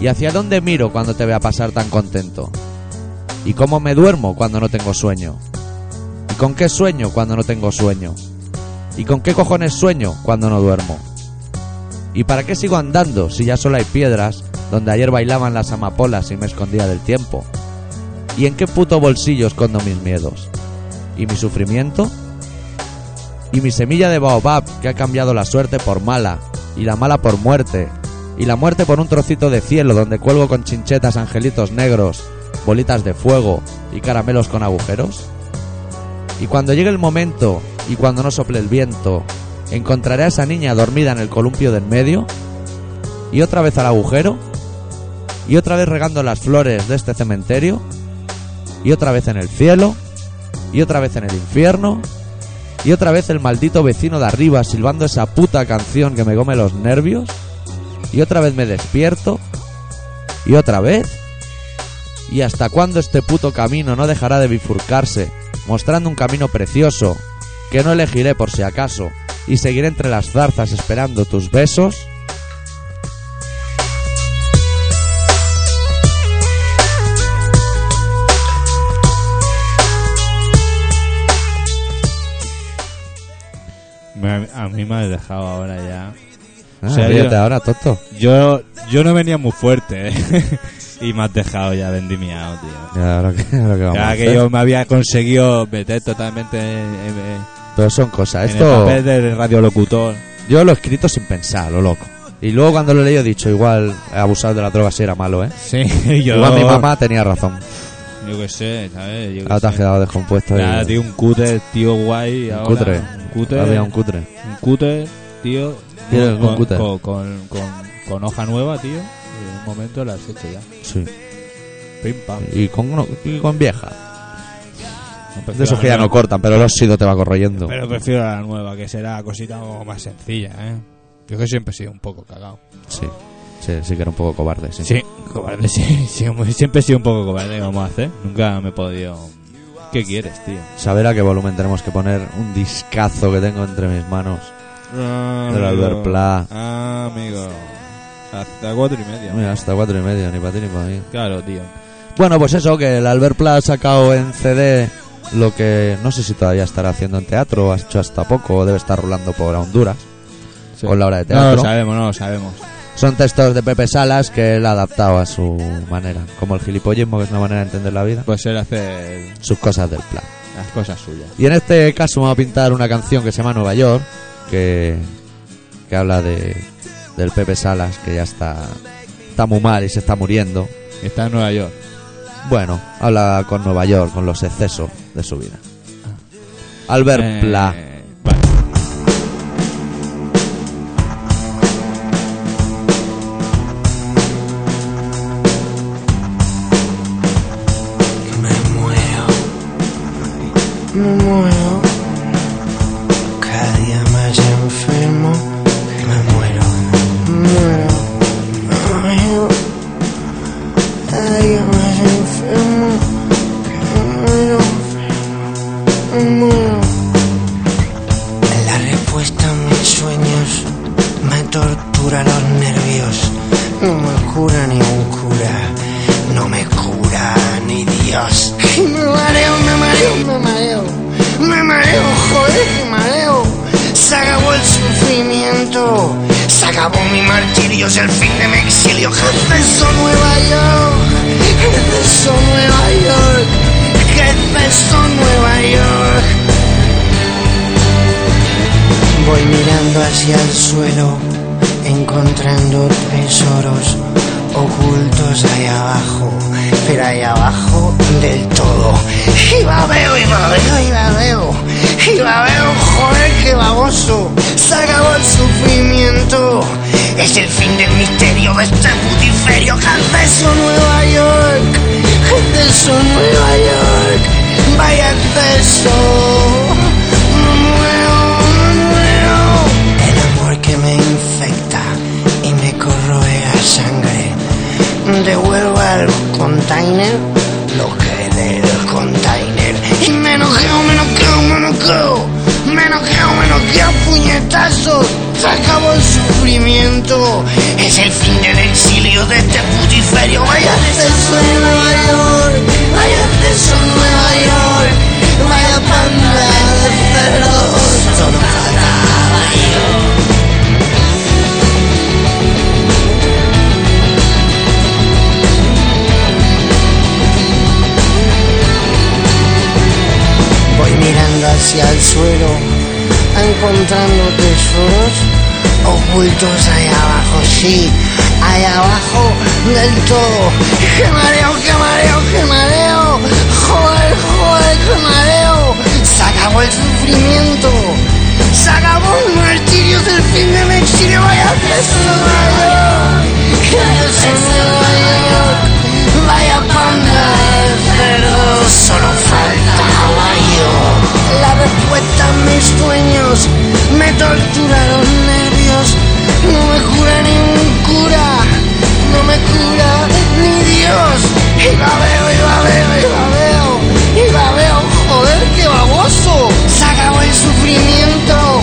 ¿Y hacia dónde miro cuando te vea pasar tan contento? ¿Y cómo me duermo cuando no tengo sueño? ¿Y con qué sueño cuando no tengo sueño? ¿Y con qué cojones sueño cuando no duermo? ¿Y para qué sigo andando si ya solo hay piedras donde ayer bailaban las amapolas y me escondía del tiempo? ¿Y en qué puto bolsillo escondo mis miedos? ¿Y mi sufrimiento? y mi semilla de baobab que ha cambiado la suerte por mala, y la mala por muerte, y la muerte por un trocito de cielo donde cuelgo con chinchetas angelitos negros, bolitas de fuego y caramelos con agujeros? Y cuando llegue el momento y cuando no sople el viento, ¿encontraré a esa niña dormida en el columpio del medio? ¿Y otra vez al agujero? ¿Y otra vez regando las flores de este cementerio? ¿Y otra vez en el cielo? ¿Y otra vez en el infierno? Y otra vez el maldito vecino de arriba silbando esa puta canción que me come los nervios. Y otra vez me despierto. Y otra vez. ¿Y hasta cuándo este puto camino no dejará de bifurcarse, mostrando un camino precioso, que no elegiré por si acaso, y seguiré entre las zarzas esperando tus besos? a mí me has dejado ahora ya. Ah, Sí, ríete yo- ahora, tonto. Yo, yo no venía muy fuerte, ¿eh? [LAUGHS] y me has dejado ya vendimiado, tío. Ya, ahora que, ahora que vamos a Ya que hacer. yo me había conseguido meter totalmente en, en- Pero son cosas. en el Esto... papel del radiolocutor. Yo lo he escrito sin pensar, lo loco. Y luego cuando lo leí he dicho, igual abusar de la droga sí era malo, ¿eh? Sí, [LAUGHS] yo. Igual mi mamá tenía razón. Yo qué sé, ¿sabes? Yo qué Ahora te has sé. quedado descompuesto. y- Nada, tío, un cúter, tío, guay. Un ahora. cutre. Un cúter. Había un cutre. un cúter, tío. Tiene algún con, cúter. Con, con, con- con hoja nueva, tío. Y en un momento la has hecho ya. Sí. Pim, pam. Y con, no- y con vieja. De esos prefiero que ya la no nueva. cortan, pero el óxido te va corroyendo. Pero prefiero la nueva, que será cosita un poco más sencilla, ¿eh? Yo que siempre he sido un poco cagado. Sí. sí. Sí que era un poco cobarde, sí. [LAUGHS] Sí, cobarde, sí. sí, muy- siempre he sido un poco cobarde, vamos a hacer. Nunca me he podido ¿Qué quieres, tío? Saber a qué volumen tenemos que poner un discazo que tengo entre mis manos. Del Albert Pla. Ah, amigo. Hasta cuatro y media. Mira, hasta cuatro y medio, ni para ti ni para mí. Claro, tío. Bueno, pues eso, que el Albert Pla ha sacado en CD lo que no sé si todavía estará haciendo en teatro, o ha hecho hasta poco, o debe estar rulando por Honduras Sí. con la hora de No teatro. lo sabemos, no lo sabemos. Son textos de Pepe Salas que él ha adaptado a su manera, como el gilipollismo, que es una manera de entender la vida, Pues él hace sus cosas del plan. las cosas suyas. Y en este caso vamos a pintar una canción que se llama Nueva York, que, que habla de, del Pepe Salas, que ya está, está muy mal y se está muriendo. Está en Nueva York. Bueno, habla con Nueva York, con los excesos de su vida. Albert Eh, Pla. vale. Me muero, me muero. Cada día más enfermo. Me muero, me muero. Ay, Cada día más enfermo. Me muero, me muero. La respuesta a mis sueños me tortura los nervios. No me cura ni un cura, no me cura ni Dios. Y me mareo, me mareo, me mareo, me mareo, joder, que mareo. Se acabó el sufrimiento, se acabó mi martirio, es el fin de mi exilio. Empezó Nueva York, empezó Nueva York, empezó Nueva York. Voy mirando hacia el suelo, encontrando tesoros ocultos ahí abajo, pero ahí abajo del todo. Y babeo, y babeo, y babeo, y babeo, joder, qué baboso. Se acabó el sufrimiento, es el fin del misterio de este putiferio. Canceso Nueva York, Canceso Nueva York, vaya acceso. Me muero, me muero. El amor que me infecta y me corroe la sangre. Devuelvo al container lo que del container. Y me enojeo, me enojeo, me enojeo. Me enojeo, me enojeo, puñetazos. Se acabó el sufrimiento. Es el fin del exilio de este putiferio. Vaya acceso a Nueva York. Vaya acceso a Nueva York. Vaya panda de perros. Solo faltaba yo. Voy mirando hacia el suelo, encontrando tesoros ocultos ahí abajo, sí, ahí abajo del todo. ¡Qué mareo, qué mareo, qué mareo! ¡Joder, joder, qué mareo! Se acabó el sufrimiento, se acabó el martirio del fin de mi exilio, vaya tesoro, vaya tesoro. Vaya panda de cerdos, solo faltaba yo. La respuesta a mis sueños me tortura los nervios. No me cura ningún cura, no me cura ni Dios. Y babeo, y babeo, y babeo, y babeo, joder, qué baboso. Se acabó el sufrimiento,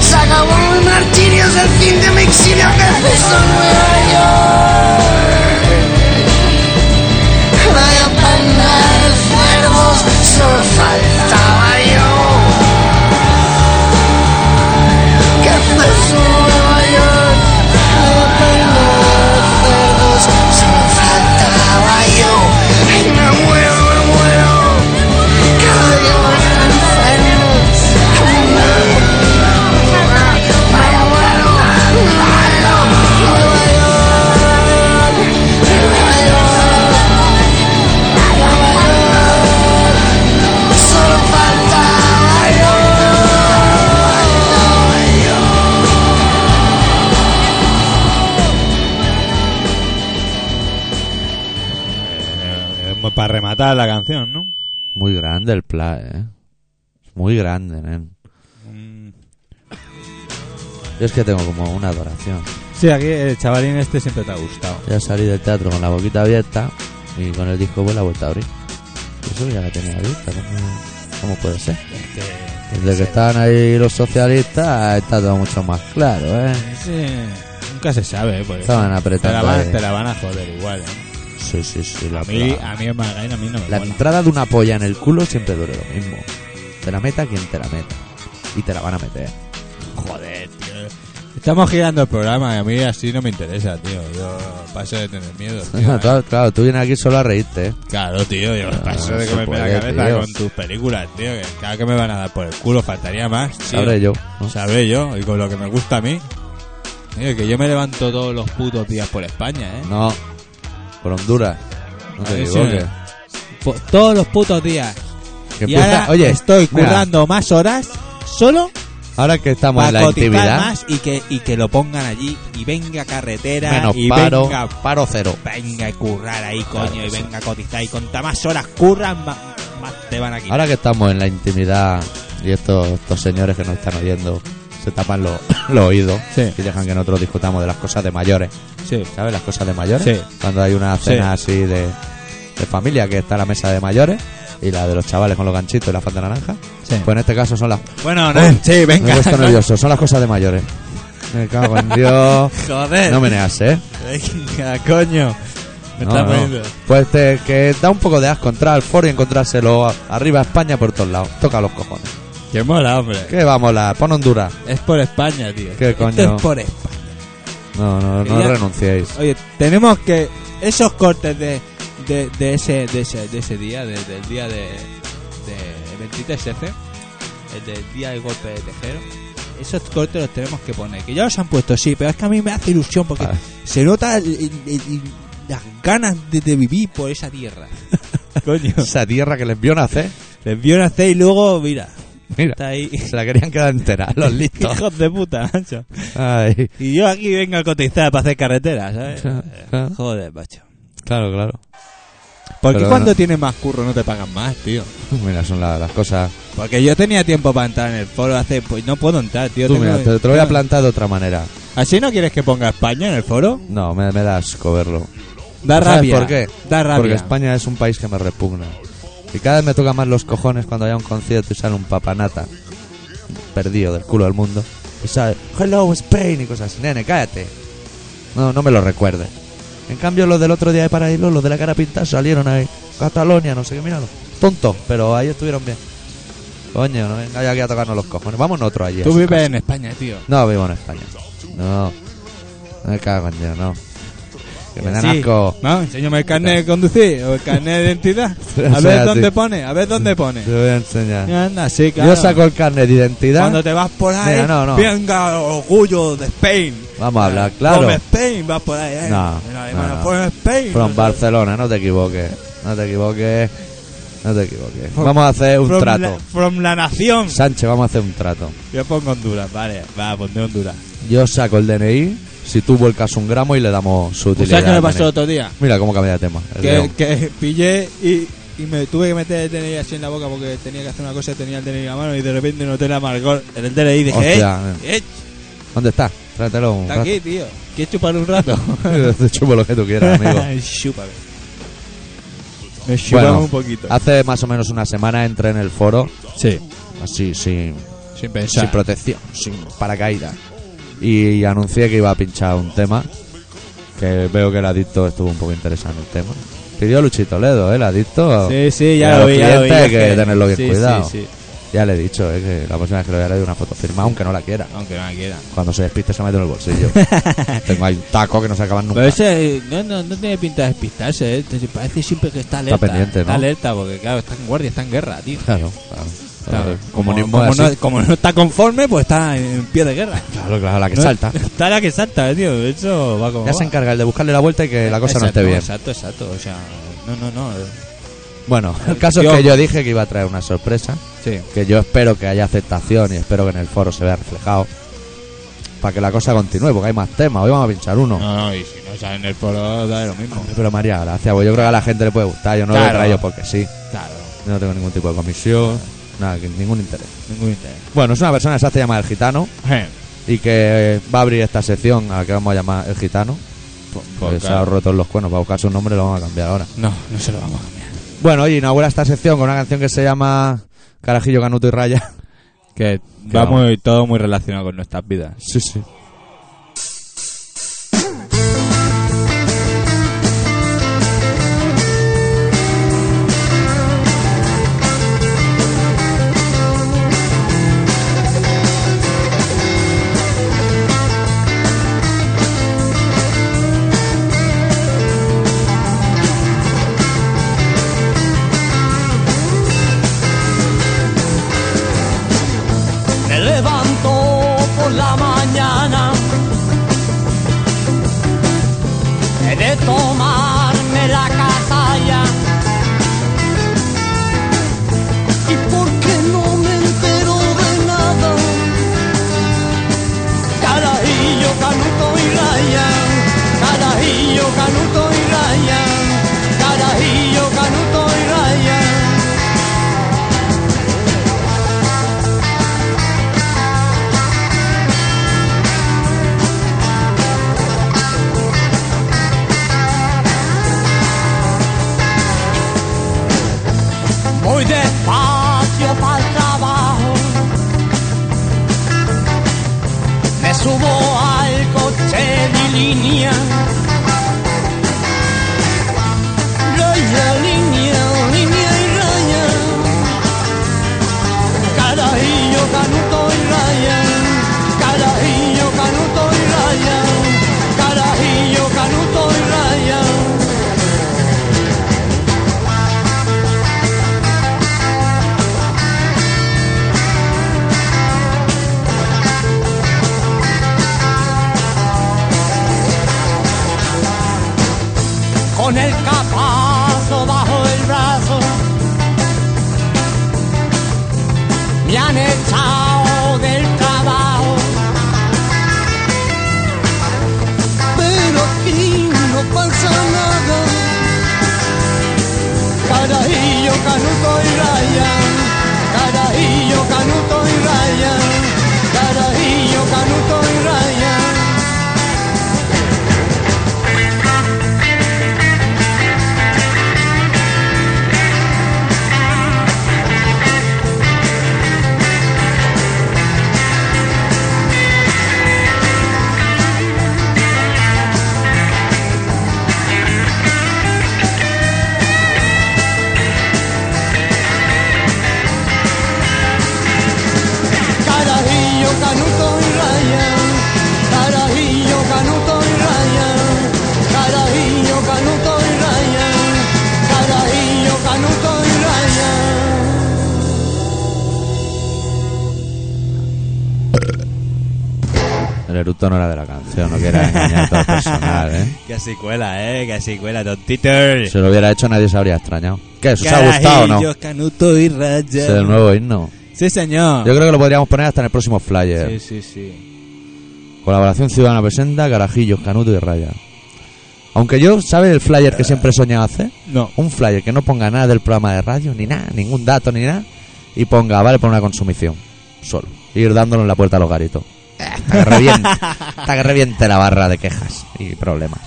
se acabó el martirio, es el fin de mi [LAUGHS] exilio. Que empezó en Nueva York. Vaya panda de cerdos, solo faltaba yo. Que empezó Nueva York, vaya panda de cerdos, solo faltaba yo. Ay, me muero, me muero, cada día más enfermo. Ay, me muero, me muero, me muero, Nueva York. Solo faltaba yo. Eh, eh, para rematar la canción, ¿no? Muy grande el Pla, eh. Muy grande, nen. Mm. Yo es que tengo como una adoración. Sí, aquí el chavalín este siempre te ha gustado. Ya salí del teatro con la boquita abierta y con el disco pues la vuelta a abrir. Y eso ya la tenía vista. ¿Cómo, cómo puede ser? Este, Desde que estaban ahí los socialistas está todo mucho más claro, ¿eh? Sí, nunca se sabe, ¿eh? por eso. Estaban Te la, apretando. van, ahí. te la van a joder igual, ¿eh? Sí, sí, sí. La, A mí, la- a mí es Magain, a mí no me la mola. entrada de una polla en el culo siempre dura lo mismo. Te la meta quien te la meta. Y te la van a meter. Joder, tío. Estamos girando el programa y a mí así no me interesa, tío. Yo paso de tener [LAUGHS] miedo. tío, ¿eh? claro, claro, tú vienes aquí solo a reírte, ¿eh? Claro, tío, yo paso no de se que me puede, la cabeza tío. con tus películas, tío. Que cada que me van a dar por el culo, faltaría más, tío. Sabré yo. ¿no? Sabré yo, y con lo que me gusta a mí. Tío, que yo me levanto todos los putos días por España, ¿eh? No. Por Honduras. No A te ver si equivoques. Po- todos los putos días. Que y empieza- ahora oye, estoy mira, currando más horas solo ahora que estamos para en la cotizar intimidad, más y que, y que lo pongan allí y venga carretera menos y paro, venga paro cero. venga y currar ahí, coño, Claro que y sí. venga a cotizar. Y cuanta más horas curran, más, más te van a quitar. Ahora que estamos en la intimidad y estos, estos señores que nos están oyendo se tapan los, [LAUGHS] los oídos Sí. y dejan que nosotros discutamos de las cosas de mayores. sí. ¿Sabes? Las cosas de mayores. Sí. Cuando hay una cena así de, de familia que está la mesa de mayores y la de los chavales con los ganchitos y la falda naranja. Sí. Pues en este caso son las... Bueno, Uy, no, sí, Me he venga. puesto nervioso. Son las cosas de mayores. Me cago en [LAUGHS] Dios. Joder. No meneas, ¿eh? Venga, coño. Me No, está no. poniendo. Pues te- que da un poco de asco entrar al foro y encontrárselo a- arriba España por todos lados. Toca los cojones. Qué mola, hombre. Que vamos, la pon Honduras. Es por España, tío. ¿Qué Esto coño? es por España. No, no, no Ya- renunciéis. [LAUGHS] Oye, tenemos que. Esos cortes de, de, de ese, de, ese, de ese día, de- del día de, de 23F, el del día del golpe de Tejero, [LAUGHS] esos cortes los tenemos que poner. Que ya los han puesto, sí, pero es que a mí me hace ilusión porque Ah. se nota el- el- el- las ganas de, de vivir por esa [LAUGHS] tierra. coño. Esa tierra que les vio nacer. Les vio nacer y luego, mira, Mira, está ahí. se la querían quedar entera, [LAUGHS] los listos. [LAUGHS] Hijos de puta, macho. Ay, Y yo aquí vengo a cotizar para hacer [LAUGHS] carreteras, ¿sabes? Ja, ja. Joder, macho. claro, claro. Porque Pero cuando no. tienes más curro no te pagan más, tío. Mira, son la- las cosas. Porque yo tenía tiempo para entrar en el foro hace, pues no puedo entrar, tío. Tú, tengo- mira, te, te lo voy a tengo- plantar de otra manera. ¿Así no quieres que ponga España en el foro? No, me, me da asco verlo. Da ¿Sabes rabia. por qué? Da rabia. Porque España es un país que me repugna. Y cada vez me toca más los cojones cuando haya un concierto y sale un papanata perdido del culo del mundo. Y sale, hello Spain y cosas así. Nene, cállate. No, no me lo recuerdes. En cambio, los del otro día de Paraíso, los de la cara pintada salieron ahí. Cataluña, no sé qué, míralo. Tonto, pero ahí estuvieron bien. Coño, no venga ya aquí a tocarnos los cojones. Vamos nosotros allí. a Tú su vives casa. en España, tío. No, vivo en España. No. No me cago en Dios, no. Que me dan Sí. asco. No, enséñame el carnet de conducir o el carnet de identidad. A O ver sea, [LAUGHS] dónde sí. pone, a ver dónde pone. Te voy a enseñar. Anda, sí, claro. Yo saco el carnet de identidad. Cuando te vas por ahí, Mira, no, no. venga, orgullo de Spain. Vamos a hablar, claro. From Spain, vas por ahí, eh. No, En no, alemán, no. From Spain. From Barcelona, no te equivoques. No te equivoques. No te equivoques. vamos a hacer un From trato. La, from la nación. Sánchez, vamos a hacer un trato. Yo pongo Honduras, vale. Va, pondré Honduras. Yo saco el DNI, si tú vuelcas un gramo y le damos su utilidad. Pues, ¿Sabes qué me al pasó el DNI. otro día? Mira cómo cambia de tema. el Que, león. que pillé y, y me tuve que meter el DNI así en la boca porque tenía que hacer una cosa y tenía el DNI en la mano y de repente noté la amargor en el DNI y dije, Hostia, ¡eh! eh, ¿Dónde está? Trátelo un Está rato. aquí, tío. ¿Quieres chupar [LAUGHS] un rato? Te chupo lo que tú quieras, [LAUGHS] amigo. Chúpame. Me chupaba Bueno, Ah, un poquito. hace más o menos una semana entré en el foro, Sí, así, sin, sin pensar. sin protección, sin paracaídas. Y anuncié que iba a pinchar un tema. Que veo que el adicto estuvo un poco interesante el tema. Pidió Luchito Toledo, ¿eh? El adicto. sí, sí, Y ya a lo los vi, ya lo vi. clientes hay es que tenerlo bien sí, cuidado. Sí, sí. Ya le he dicho, ¿eh? Que la próxima vez que lo vea le doy una foto firmada, aunque no la quiera. Aunque no me quiera. Cuando se despiste se mete en el [LAUGHS] bolsillo. Tengo ahí un taco que no se acaban nunca. Pero ese eh, no, no, no tiene pinta de despistarse, ¿eh? Entonces, Parece siempre que está alerta. pendiente, Está ¿no? alerta porque, claro, está en guardia, está en guerra, tío. Claro, claro. Claro, El comunismo como, es no, así. como no está conforme, pues está en pie de guerra. Claro, claro, la que No, salta. [LAUGHS] Está la que salta, eh, tío. Eso va como. Ya se va. encarga el de buscarle la vuelta y que la cosa no Exacto, esté bien. Exacto, exacto. O sea, no, no, no. eh, Bueno, el caso es Yo- que yo dije que iba a traer una sorpresa. Sí. que yo espero que haya aceptación y espero que en el foro se vea reflejado para que la cosa continúe, porque hay más temas. Hoy vamos a pinchar uno. No, no, y si no sale en el foro, da lo mismo. Pero María, gracias, pues yo creo que a la gente le puede gustar. Yo no lo Claro. he traído porque sí. Claro, Yo no tengo ningún tipo de comisión, nada, que- ningún interés. ningún interés. Bueno, es una persona que se hace llamar El Gitano Eh, y que eh, va a abrir esta sección a la que vamos a llamar El Gitano. pues, Porque se ha claro. roto los cuernos. Para buscar su nombre lo vamos a cambiar ahora. No, no se lo vamos a cambiar. Bueno, oye, inaugura esta sección con una canción que se llama Carajillo, Canuto y Raya. Que Que va vamos. muy, todo muy relacionado con nuestras vidas. Sí, sí. Me levanto por la mañana. He de tomarme la casalla. ¿Y por qué no me entero de nada? Carajillo, canuto y raya. Carajillo, canuto y raya. Carajillo, canuto y raya. Voy despacio para el trabajo. Me subo al coche de línea. Raya, línea, línea y raya. Carajillo, canuto y raya. Carajillo, canuto y raya. Carajillo, canuto y raya. con el capazo bajo el brazo. Me han echado del trabajo, pero aquí no pasa nada. Carajillo, canuto y raya, carajillo, canuto y raya, carajillo, canuto y raya. Carajillo, canuto y raya. Carajillo, canuto y raya. Carajillo, canuto y raya. Carajillo, canuto y raya. El eructo no era de la canción, no quiera engañar a todo el personal, ¿eh? Que así cuela, eh, que así cuela, tontiter. Si lo hubiera hecho nadie se habría extrañado. ¿Qué? ¿Os ha gustado o no? Carajillos, Canuto y Raya. Es el nuevo himno. Sí, señor. Yo creo que lo podríamos poner hasta en el próximo flyer. Sí, sí, sí. Colaboración Ciudadana presenta Carajillos, Canuto y Raya. Aunque yo, ¿sabe el flyer que siempre he soñado hacer? No. Un flyer que no ponga nada del programa de radio, ni nada, ningún dato, ni nada. Y ponga, vale, por una consumición. Solo. Ir dándolo en la puerta a los garitos. Eh, Hasta que reviente, hasta que reviente la barra de quejas y problemas.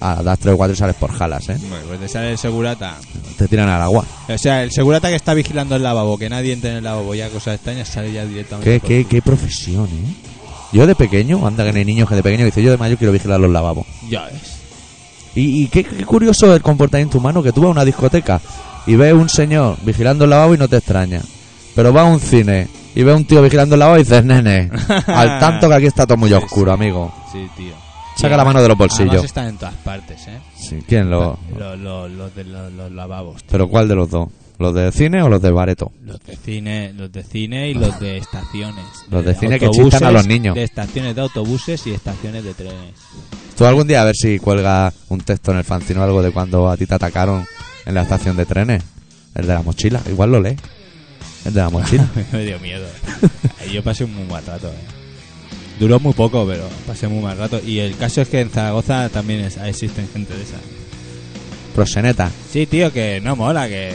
Ah, das tres o cuatro y sales por jalas, ¿eh? Bueno, pues te sale el segurata. Te tiran al agua. O sea, el segurata que está vigilando el lavabo, que nadie entre en el lavabo, ya cosas extrañas, sale ya Qué, directamente. qué, qué profesión, ¿eh? Yo de pequeño, anda que no hay niños que de pequeño dice yo de mayo quiero vigilar los lavabos. por- Ya ves. Y, y qué, qué curioso el comportamiento humano que tú vas a una discoteca y ves un señor vigilando el lavabo y no te extraña. Pero vas a un cine y ves un tío vigilando el lavabo y dices, [LAUGHS] nene, al tanto que aquí está todo muy Sí, oscuro, amigo. Sí, tío. Saca la mano de los bolsillos. Además están en todas partes, eh. Sí, ¿Quién [LAUGHS] lo...? Los, los, los de los, los lavabos. ¿Pero cuál de los dos? ¿Los de cine o los de bareto? Los de cine, los de cine y [LAUGHS] los de estaciones. Los de cine que autobuses, chistan a los niños. De estaciones de autobuses y estaciones de trenes. Tú algún día a ver si cuelga un texto en el fanzino o algo de cuando a ti te atacaron en la estación de trenes. El de la mochila, igual lo lees. El de la [LAUGHS] mochila. Me dio miedo. Yo pasé un muy mal rato, eh. Duró muy poco, pero pasé muy mal rato. Y el caso es que en Zaragoza también es- existen gente de esa. Proseneta. Sí, tío, que no mola, que...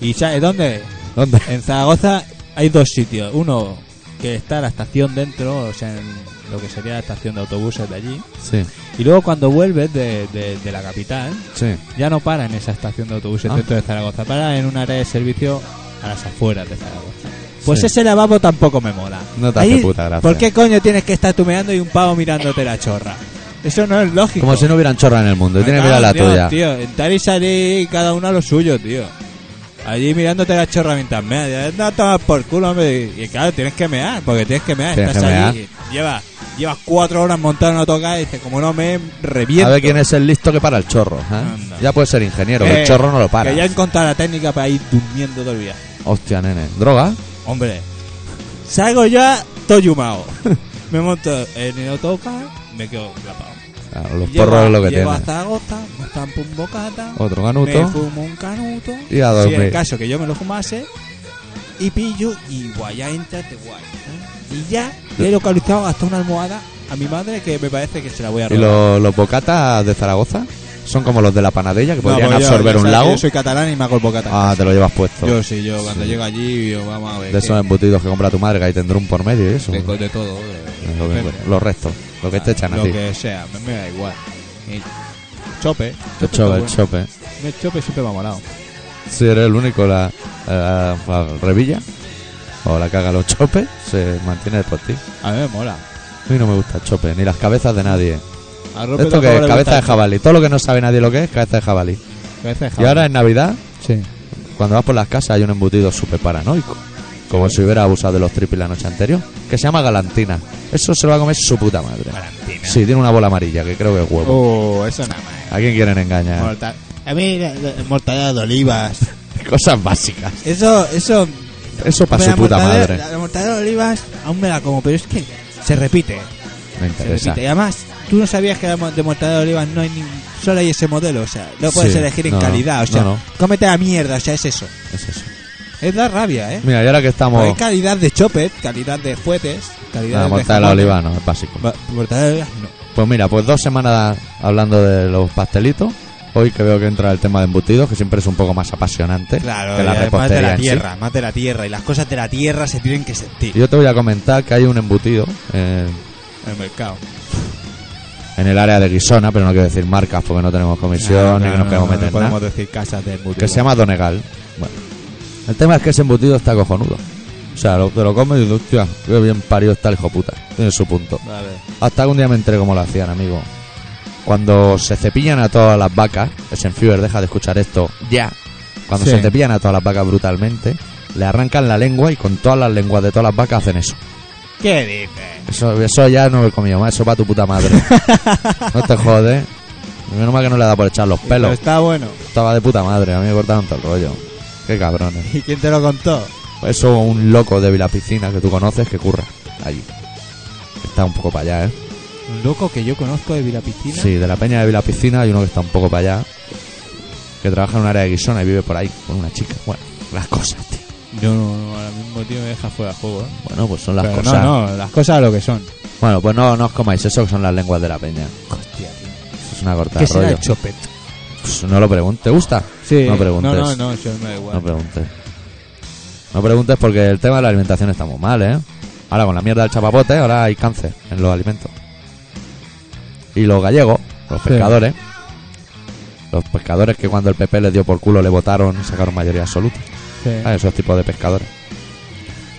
¿Y sabes dónde? ¿Dónde? En Zaragoza hay dos sitios. Uno que está la estación dentro, o sea, en- lo que sería la estación de autobuses de allí. Sí, Y luego cuando vuelves de, de- de la capital, sí. ya no para en esa estación de autobuses Ah. dentro de Zaragoza, para en un área de servicio a las afueras de Zaragoza. Pues Sí. ese lavabo tampoco me mola. No te hace puta gracia. ¿Por qué coño tienes que estar tumeando y un pavo mirándote la chorra? Eso no es lógico. Como si no hubieran chorra en el mundo. Me Tienes que cago mirar en la tuya. Dios, Tío, entrar y salir cada uno a lo suyo, tío. Allí mirándote la chorra mientras meas. No tomas por culo, hombre. Y claro, tienes que mear, porque tienes que mear. Tienes Estás que allí. y Llevas, llevas cuatro horas montado en autocar y dices, como no me reviento. A ver quién es el listo que para el chorro. ¿eh? Anda. Ya puede ser ingeniero, Que- el chorro no lo para. Eh, Que ya he encontrado la técnica para ir durmiendo todo el día. Hostia, nene. ¿Droga? Hombre, salgo ya todo [LAUGHS] yumao. me monto en el autocar, me quedo clapado. Claro, los Llego- porros es Pues lo que llego tiene. Oh, hasta Agosta, me estampo un bocata. Otro Me ganuto. fumo un canuto. Y a Si dormir. el caso que yo me lo fumase. Y pillo y guay, ya entrate guay. ¿eh? Y ya le he localizado hasta una almohada a mi madre que me parece que se la voy a ¿Y robar. lo- los bocatas de Zaragoza? Son como los de la panadella que No, podrían pues yo- absorber yo un sabes que lago. Yo soy catalán y me hago el bocata. Ah, te lo llevas puesto. yo sí, yo cuando Sí. llego allí, yo, vamos a ver. de qué- esos embutidos que compra tu madre, que ahí tendrá un por medio y eso. de, de todo. de- Es lo que de- encuentras. los restos, lo que te echan a Lo ti. que sea, me, me da igual. Y chope. El está chope, el bueno. chope. Me- chope siempre me ha molado. Si eres el único, la, eh, la- la revilla o la caga los chopes, se mantiene por ti. A mí me mola. A mí no me gusta el chope, ni las cabezas de nadie. A Rope Esto tampoco que es le cabeza gusta de el jabalí. Todo lo que no sabe nadie lo que es, cabeza de jabalí. chope. Cabeza de Y jabalí. ahora en Navidad, Ah. Sí. cuando vas por las casas, hay un embutido súper paranoico. Como si hubiera abusado de los triples la noche anterior. Que se llama galantina. Eso se lo va a comer su puta madre. Valentina. Sí, tiene una bola amarilla, que creo que es huevo. Oh, eso nada más. ¿A quién quieren engañar? Morta- a mí, la- la- mortadela de olivas. Cosas básicas. Eso, eso. Eso para la su puta mortadela- madre. La, la mortadela de olivas aún me la como, pero es que se repite. Me Se interesa. repite. Y además, tú no sabías que la mo- de mortadela de olivas no hay ni. Solo hay ese modelo, o sea, no puedes Sí, elegir en no, calidad, o sea, no, no. cómete la mierda, o sea, es eso. Es eso. Es dar rabia, ¿eh? Mira, y ahora que estamos. Porque hay calidad de chopet, calidad de fuetes, calidad La de. monta de la jamones. oliva no, es básico. Va- Mortadela de olivas, no. Pues mira, pues dos semanas hablando de los pastelitos. Hoy que veo que entra el tema de embutidos, que siempre es un poco más apasionante Claro, que y la además de repostería. la en sí. tierra, más de la tierra, y las cosas de la tierra se tienen que sentir. Yo te voy a comentar que hay un embutido eh, En el mercado. en el área de Guisona, pero no quiero decir marcas porque no tenemos comisión Claro, ni que claro, nos queremos Ah, no, no meter nada. podemos decir casas de embutido. Que se llama Donegal. Bueno, el tema es que ese embutido está cojonudo. O sea, lo, te lo comes y dices, hostia, qué bien parido está el hijo puta. Tiene su punto. Vale. Hasta que un día me enteré cómo lo hacían, amigo. Cuando se cepillan a todas las vacas, Senfuer deja de escuchar esto ya. Cuando Sí. se cepillan a todas las vacas brutalmente, le arrancan la lengua y con todas las lenguas de todas las vacas hacen eso. ¿Qué dices? Eso, eso ya no me he comido más, eso para tu puta [LAUGHS] madre. no te jodes. Menos mal que no le da por echar los Pero pelos. está bueno. Estaba de puta madre, a mí me cortaron todo el rollo. Qué cabrones. ¿Y [LAUGHS] quién te lo contó? Eso un loco de Vilapicina que tú conoces que curra allí. Está un poco para allá, ¿eh? Un loco que yo conozco de Vilapiscina. Sí, de la peña de Vila Piscina hay uno que está un poco para allá, que trabaja en un área de Guisona y vive por ahí con una chica. Bueno, las cosas, tío. Yo no, no, ahora mismo, tío, me deja fuera de juego. ¿eh? Bueno, pues son las Pero cosas. No, no, las cosas lo que son. Bueno, pues no, no os comáis eso, que son las lenguas de la peña. Hostia, tío. Eso es una corta ¿Qué de será rollo. el chopet? Pues no lo preguntes. ¿Te gusta? Sí. No preguntes. No, no, no, eso me da No igual. preguntes. No preguntes porque el tema de la alimentación está muy mal, ¿eh? Ahora con la mierda del chapapote, ahora hay cáncer en los alimentos. Y los gallegos, los Sí. pescadores, los pescadores que cuando el PP les dio por culo le votaron y sacaron mayoría absoluta. Sí. a esos tipos de pescadores.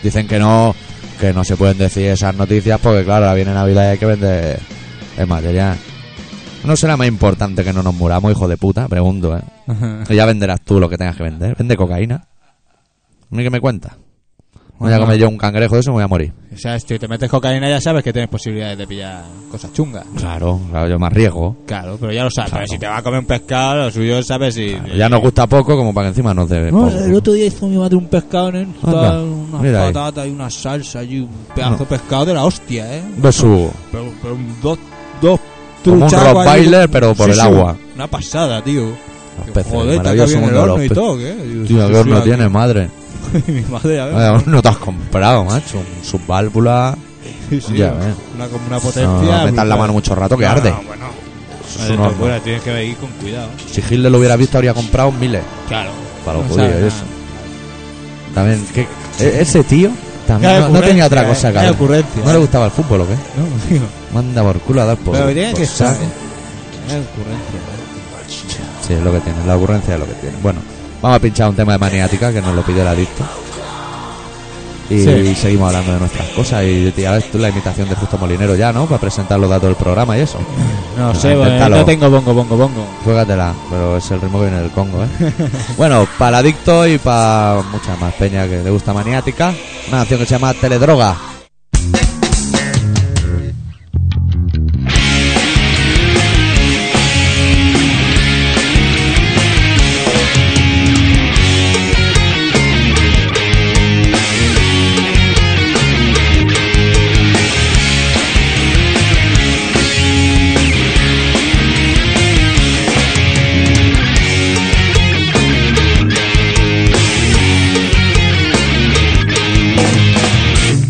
Dicen que no, que no se pueden decir esas noticias porque claro, ahora viene Navidad y hay que vender el material. ¿No será más importante que no nos muramos, hijo de puta? Pregunto, ¿eh? Que ya venderás tú lo que tengas que vender. Vende cocaína. Ni que me cuenta. Voy a Ajá. comer yo un cangrejo de eso y me voy a morir. [LAUGHS] O sea, si te metes cocaína ya sabes que tienes posibilidades de pillar cosas chungas. Claro, claro, yo más riesgo. Claro, pero ya lo sabes. Claro. Pero si te vas a comer un pescado, lo suyo sabes si... Ya nos gusta poco como para que encima nos debe. No, poco. el otro día hizo mi madre un pescado, ¿eh? Anda, Unas mira ahí. patatas y una salsa y un pedazo No. de pescado de la hostia, ¿eh? Besugo. Pero, pero un dos, dos Como un truchacos ahí. Rottweiler, pero por Sí, el sí, agua. Una pasada, tío. Los peces, Joder, está maravilloso bien el mundo de los horno y peces. todo, ¿qué? Tío, Digo, sí, ¿qué sí, horno aquí. tienes, madre? [LAUGHS] mi madre, a ver. Vaya, [LAUGHS] no te has comprado, macho. Un- Sus válvulas. Sí, sí, ya ves. una, como una No, potencia. no metas brutal. la mano mucho rato que No, arde. No, bueno. Eso es Madre, un te horno. fuera, tienes que ir con cuidado. Si Hitler lo hubiera visto, habría comprado miles. Claro. Para los No judíos, sabe y nada. eso. También, ¿qué- e- ese tío También, no- Qué no, ocurrencia, tenía otra eh, cosa, qué cabrón. ocurrencia, No le eh. gustaba el fútbol, ¿o qué? No, [LAUGHS] tío. Manda por culo a dar por. Pero tiene por que estar. saco. Qué ocurrencia, eh. Sí, es lo que tiene, la ocurrencia es lo que tiene. Bueno, vamos a pinchar un tema de maniática que nos lo pidió el adicto. Y, Sí. y seguimos hablando de nuestras cosas. Y ya ves tú la imitación de Justo Molinero ya, ¿no? Para presentar los datos del programa y eso. No Ah, sé, bueno, inténtalo. no tengo bongo, bongo, bongo. Juégatela, pero es el ritmo que viene del Congo, ¿eh? bueno, para el adicto y para mucha más peña que le gusta maniática, una canción que se llama Teledroga.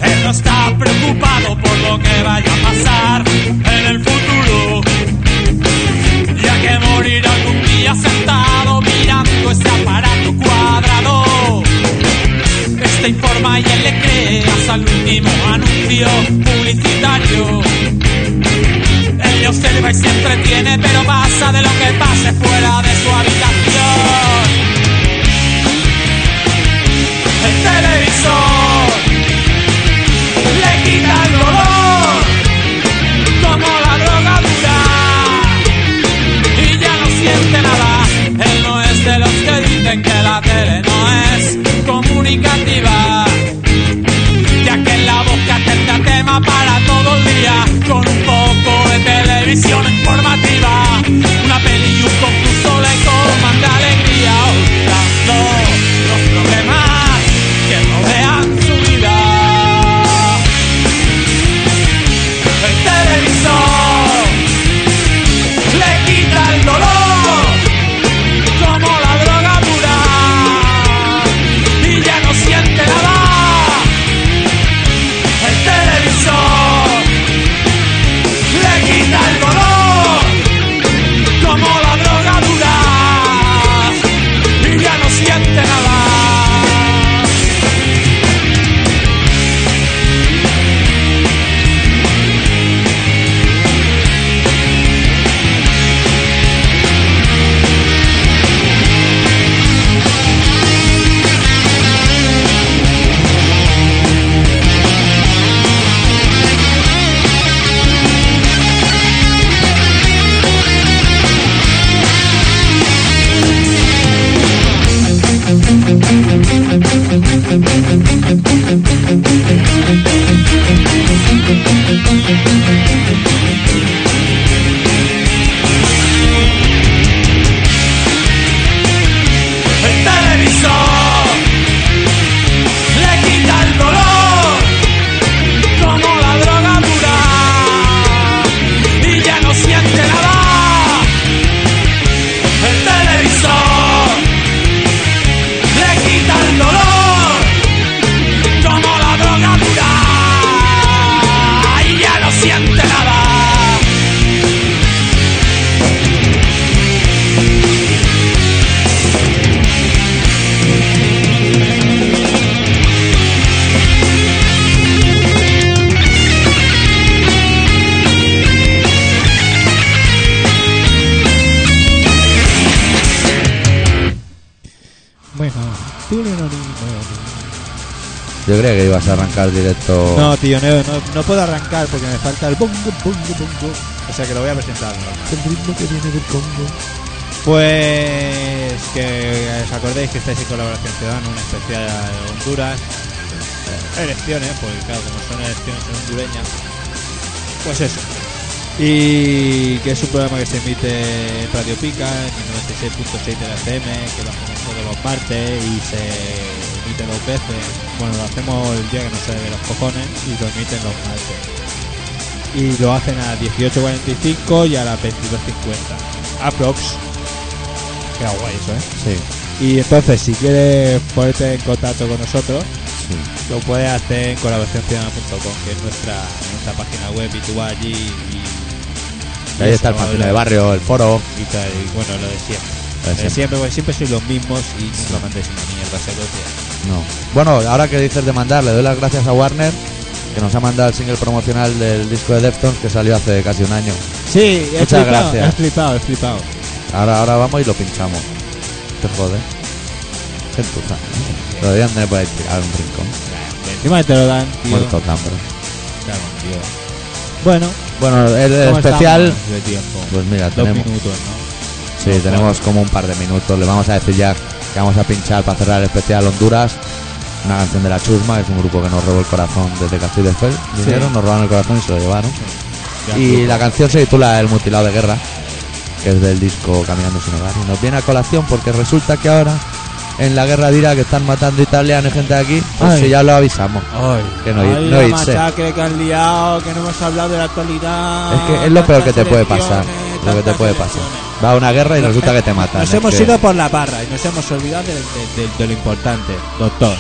Él no está preocupado por lo que vaya a pasar en el futuro. Ya que morirá algún día sentado mirando ese aparato cuadrado. Este informa y él le cree hasta el último anuncio publicitario. Él le observa y se entretiene, pero pasa de lo que pase fuera de su habitación. El televisor le quita el dolor como la droga dura y ya no siente nada. Él no es de los que dicen que la tele no es comunicativa, ya que en la boca tendrá tema para todo el día con un poco de televisión informativa. Una peli y un concurso le comanda alegría, olvidando los problemas que rodean su vida el televisor le quita el dolor como la droga pura y ya no siente nada el televisor le quita el dolor como la droga dura y ya no siente nada el televisor le quita el dolor como la droga dura y ya no siente nada el televisor le quita el dolor como la droga dura y ya no siente nada Bueno, tú no, Yo creía que ibas a arrancar directo. No, tío, no, no, no puedo arrancar porque me falta el bongo, bongo, bongo. O sea que lo voy a presentar. El ritmo que viene del Congo. Pues que os acordéis que estáis en colaboración ciudadana, una especial de Honduras. eh, Elecciones, porque claro, como son elecciones en hondureñas. Pues eso. Y que es un programa que se emite en Radio Pica, en el 96.6 de la FM, que lo hacemos todos los martes y se emite dos veces. Bueno, lo hacemos el día que no se ve los cojones y lo emiten los martes. Y lo hacen a las 18.45 y a las 22.50. Aprox. Queda guay eso, ¿eh? Sí, Y entonces, si quieres ponerte en contacto con nosotros, sí. lo puedes hacer en colaboracionciudadana.com, que es nuestra, nuestra página web y tú vas allí y... Y Ahí está el eso, fanzine lo- de barrio, el foro. y tal, y bueno, lo de siempre. Lo de Lo de siempre, porque siempre sois los mismos y nunca mandéis una mierda, se lo No. Bueno, ahora que dices de mandar, le doy las gracias a Warner, que nos ha mandado el single promocional del disco de Deftones que salió hace casi un año. Sí, he Muchas flipado, gracias. he flipado, he flipado. Ahora, ahora vamos y lo pinchamos. Te jode. Qué puta. ¿eh? Lo deberían de poder tirar en un rincón. Encima te lo dan, tío. Muerto de hambre. Claro, tío. Bueno, Bueno, el ¿cómo especial. estamos de tiempo? Pues mira, Dos tenemos. minutos, ¿no? Sí, tenemos como un par de minutos. Le vamos a decir ya que vamos a pinchar para cerrar el especial Honduras. Una canción de la Chusma, que es un grupo que nos robó el corazón desde Castillo de Fell. Vinieron, nos robaron el corazón y se lo llevaron. Ya, Y tú. la canción se titula El mutilado de guerra, que es del disco Caminando sin hogar. Y nos viene a colación porque resulta que ahora en la guerra dirá que están matando italianos y gente de aquí. Pues Ay. si ya lo avisamos. Ay, que no ir- ay, no la irse. masacre que han liado, que no hemos hablado de la actualidad. Es que es lo peor que te tantas puede pasar. elecciones, Lo que te tantas puede pasar. elecciones. Va a una guerra y resulta que te matan. Nos es hemos que- ido por la barra y nos hemos olvidado de, de- de- de lo importante, doctor.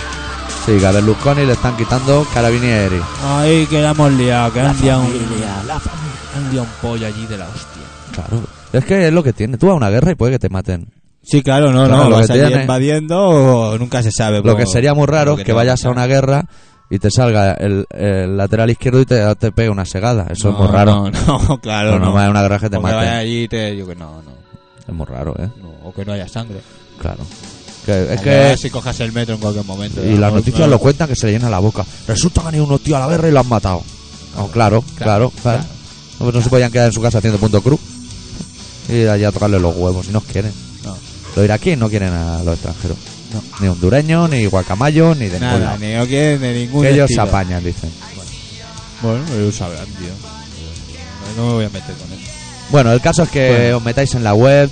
Sí, que a Berlusconi le están quitando carabinieri. Ay, que la hemos liado, que han liado, un, han liado un pollo allí de la hostia. Claro. Es que es lo que tiene. Tú a una guerra y puede que te maten. Sí, claro, no, Claro, no, lo vas que allí tiene. invadiendo o nunca se sabe. Lo cómo- que sería muy raro lo es que te- vayas a una guerra y te salga el, el lateral izquierdo y te, te pegue una segada. Eso es No, muy raro. No, no, [LAUGHS] claro. Lo no. normal es una guerra que te O que maten. vaya allí y te digo que no, no, Es muy raro, ¿eh? no, O que no haya sangre. Claro. Que- es O vayas que... si cojas el metro en cualquier momento. Y las vamos, noticias no. lo cuentan que se le llena la boca. Resulta que han ido unos tíos a la guerra y lo han matado. No, claro, claro, claro. No, pues no se podían quedar en su casa haciendo punto cruz. Y allá a tocarle los huevos, si nos quieren. No. Los iraquíes no quieren a los extranjeros. Ni hondureños, ni guacamayo, ni de ningún Nada, lado. ni no quieren de ningún Que ellos se destino. apañan, dicen. Bueno, ellos sabrán, tío. No me voy a meter con eso. Bueno, el caso es que Bueno. os metáis en la web,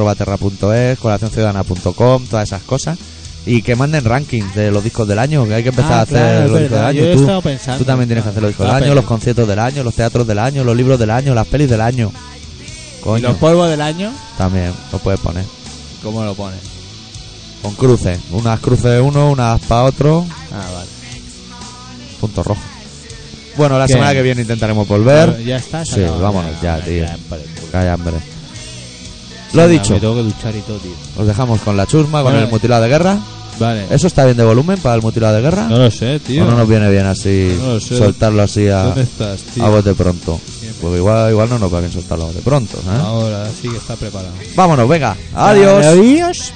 doctorarritmia.terra.es, colacionciudadana.com, todas esas cosas. Y que manden rankings de los discos del año, que hay que empezar Ah, a hacer claro, es los discos del verdad, año. yo he Tú- estado pensando, tú también tienes que claro, hacer los discos del estaba año, los pensando. conciertos del año, los teatros del año, los libros del año, las pelis del año. ¿Y Coño, los polvos del año? también lo puedes poner. ¿Cómo lo pones? Con cruces, unas cruces uno, unas para otro, Ah, vale. punto rojo. Bueno, la ¿Qué? semana que viene intentaremos volver. ya está. se Sí, acabó. vámonos ya, tío. para el culo. Calla, hombre. Lo dicho, Me tengo que duchar y todo, tío. os dejamos con la chusma, con Bueno, el mutilado de guerra. Vale. ¿Eso está bien de volumen para el mutilado de guerra? No lo sé, tío. ¿O no nos viene bien así No lo sé. soltarlo así a, ¿Dónde estás, tío? a bote pronto? Siempre. Pues igual, igual no nos va bien soltarlo a bote pronto. ¿eh? Ahora sí que está preparado. Vámonos, venga. Adiós. Adiós.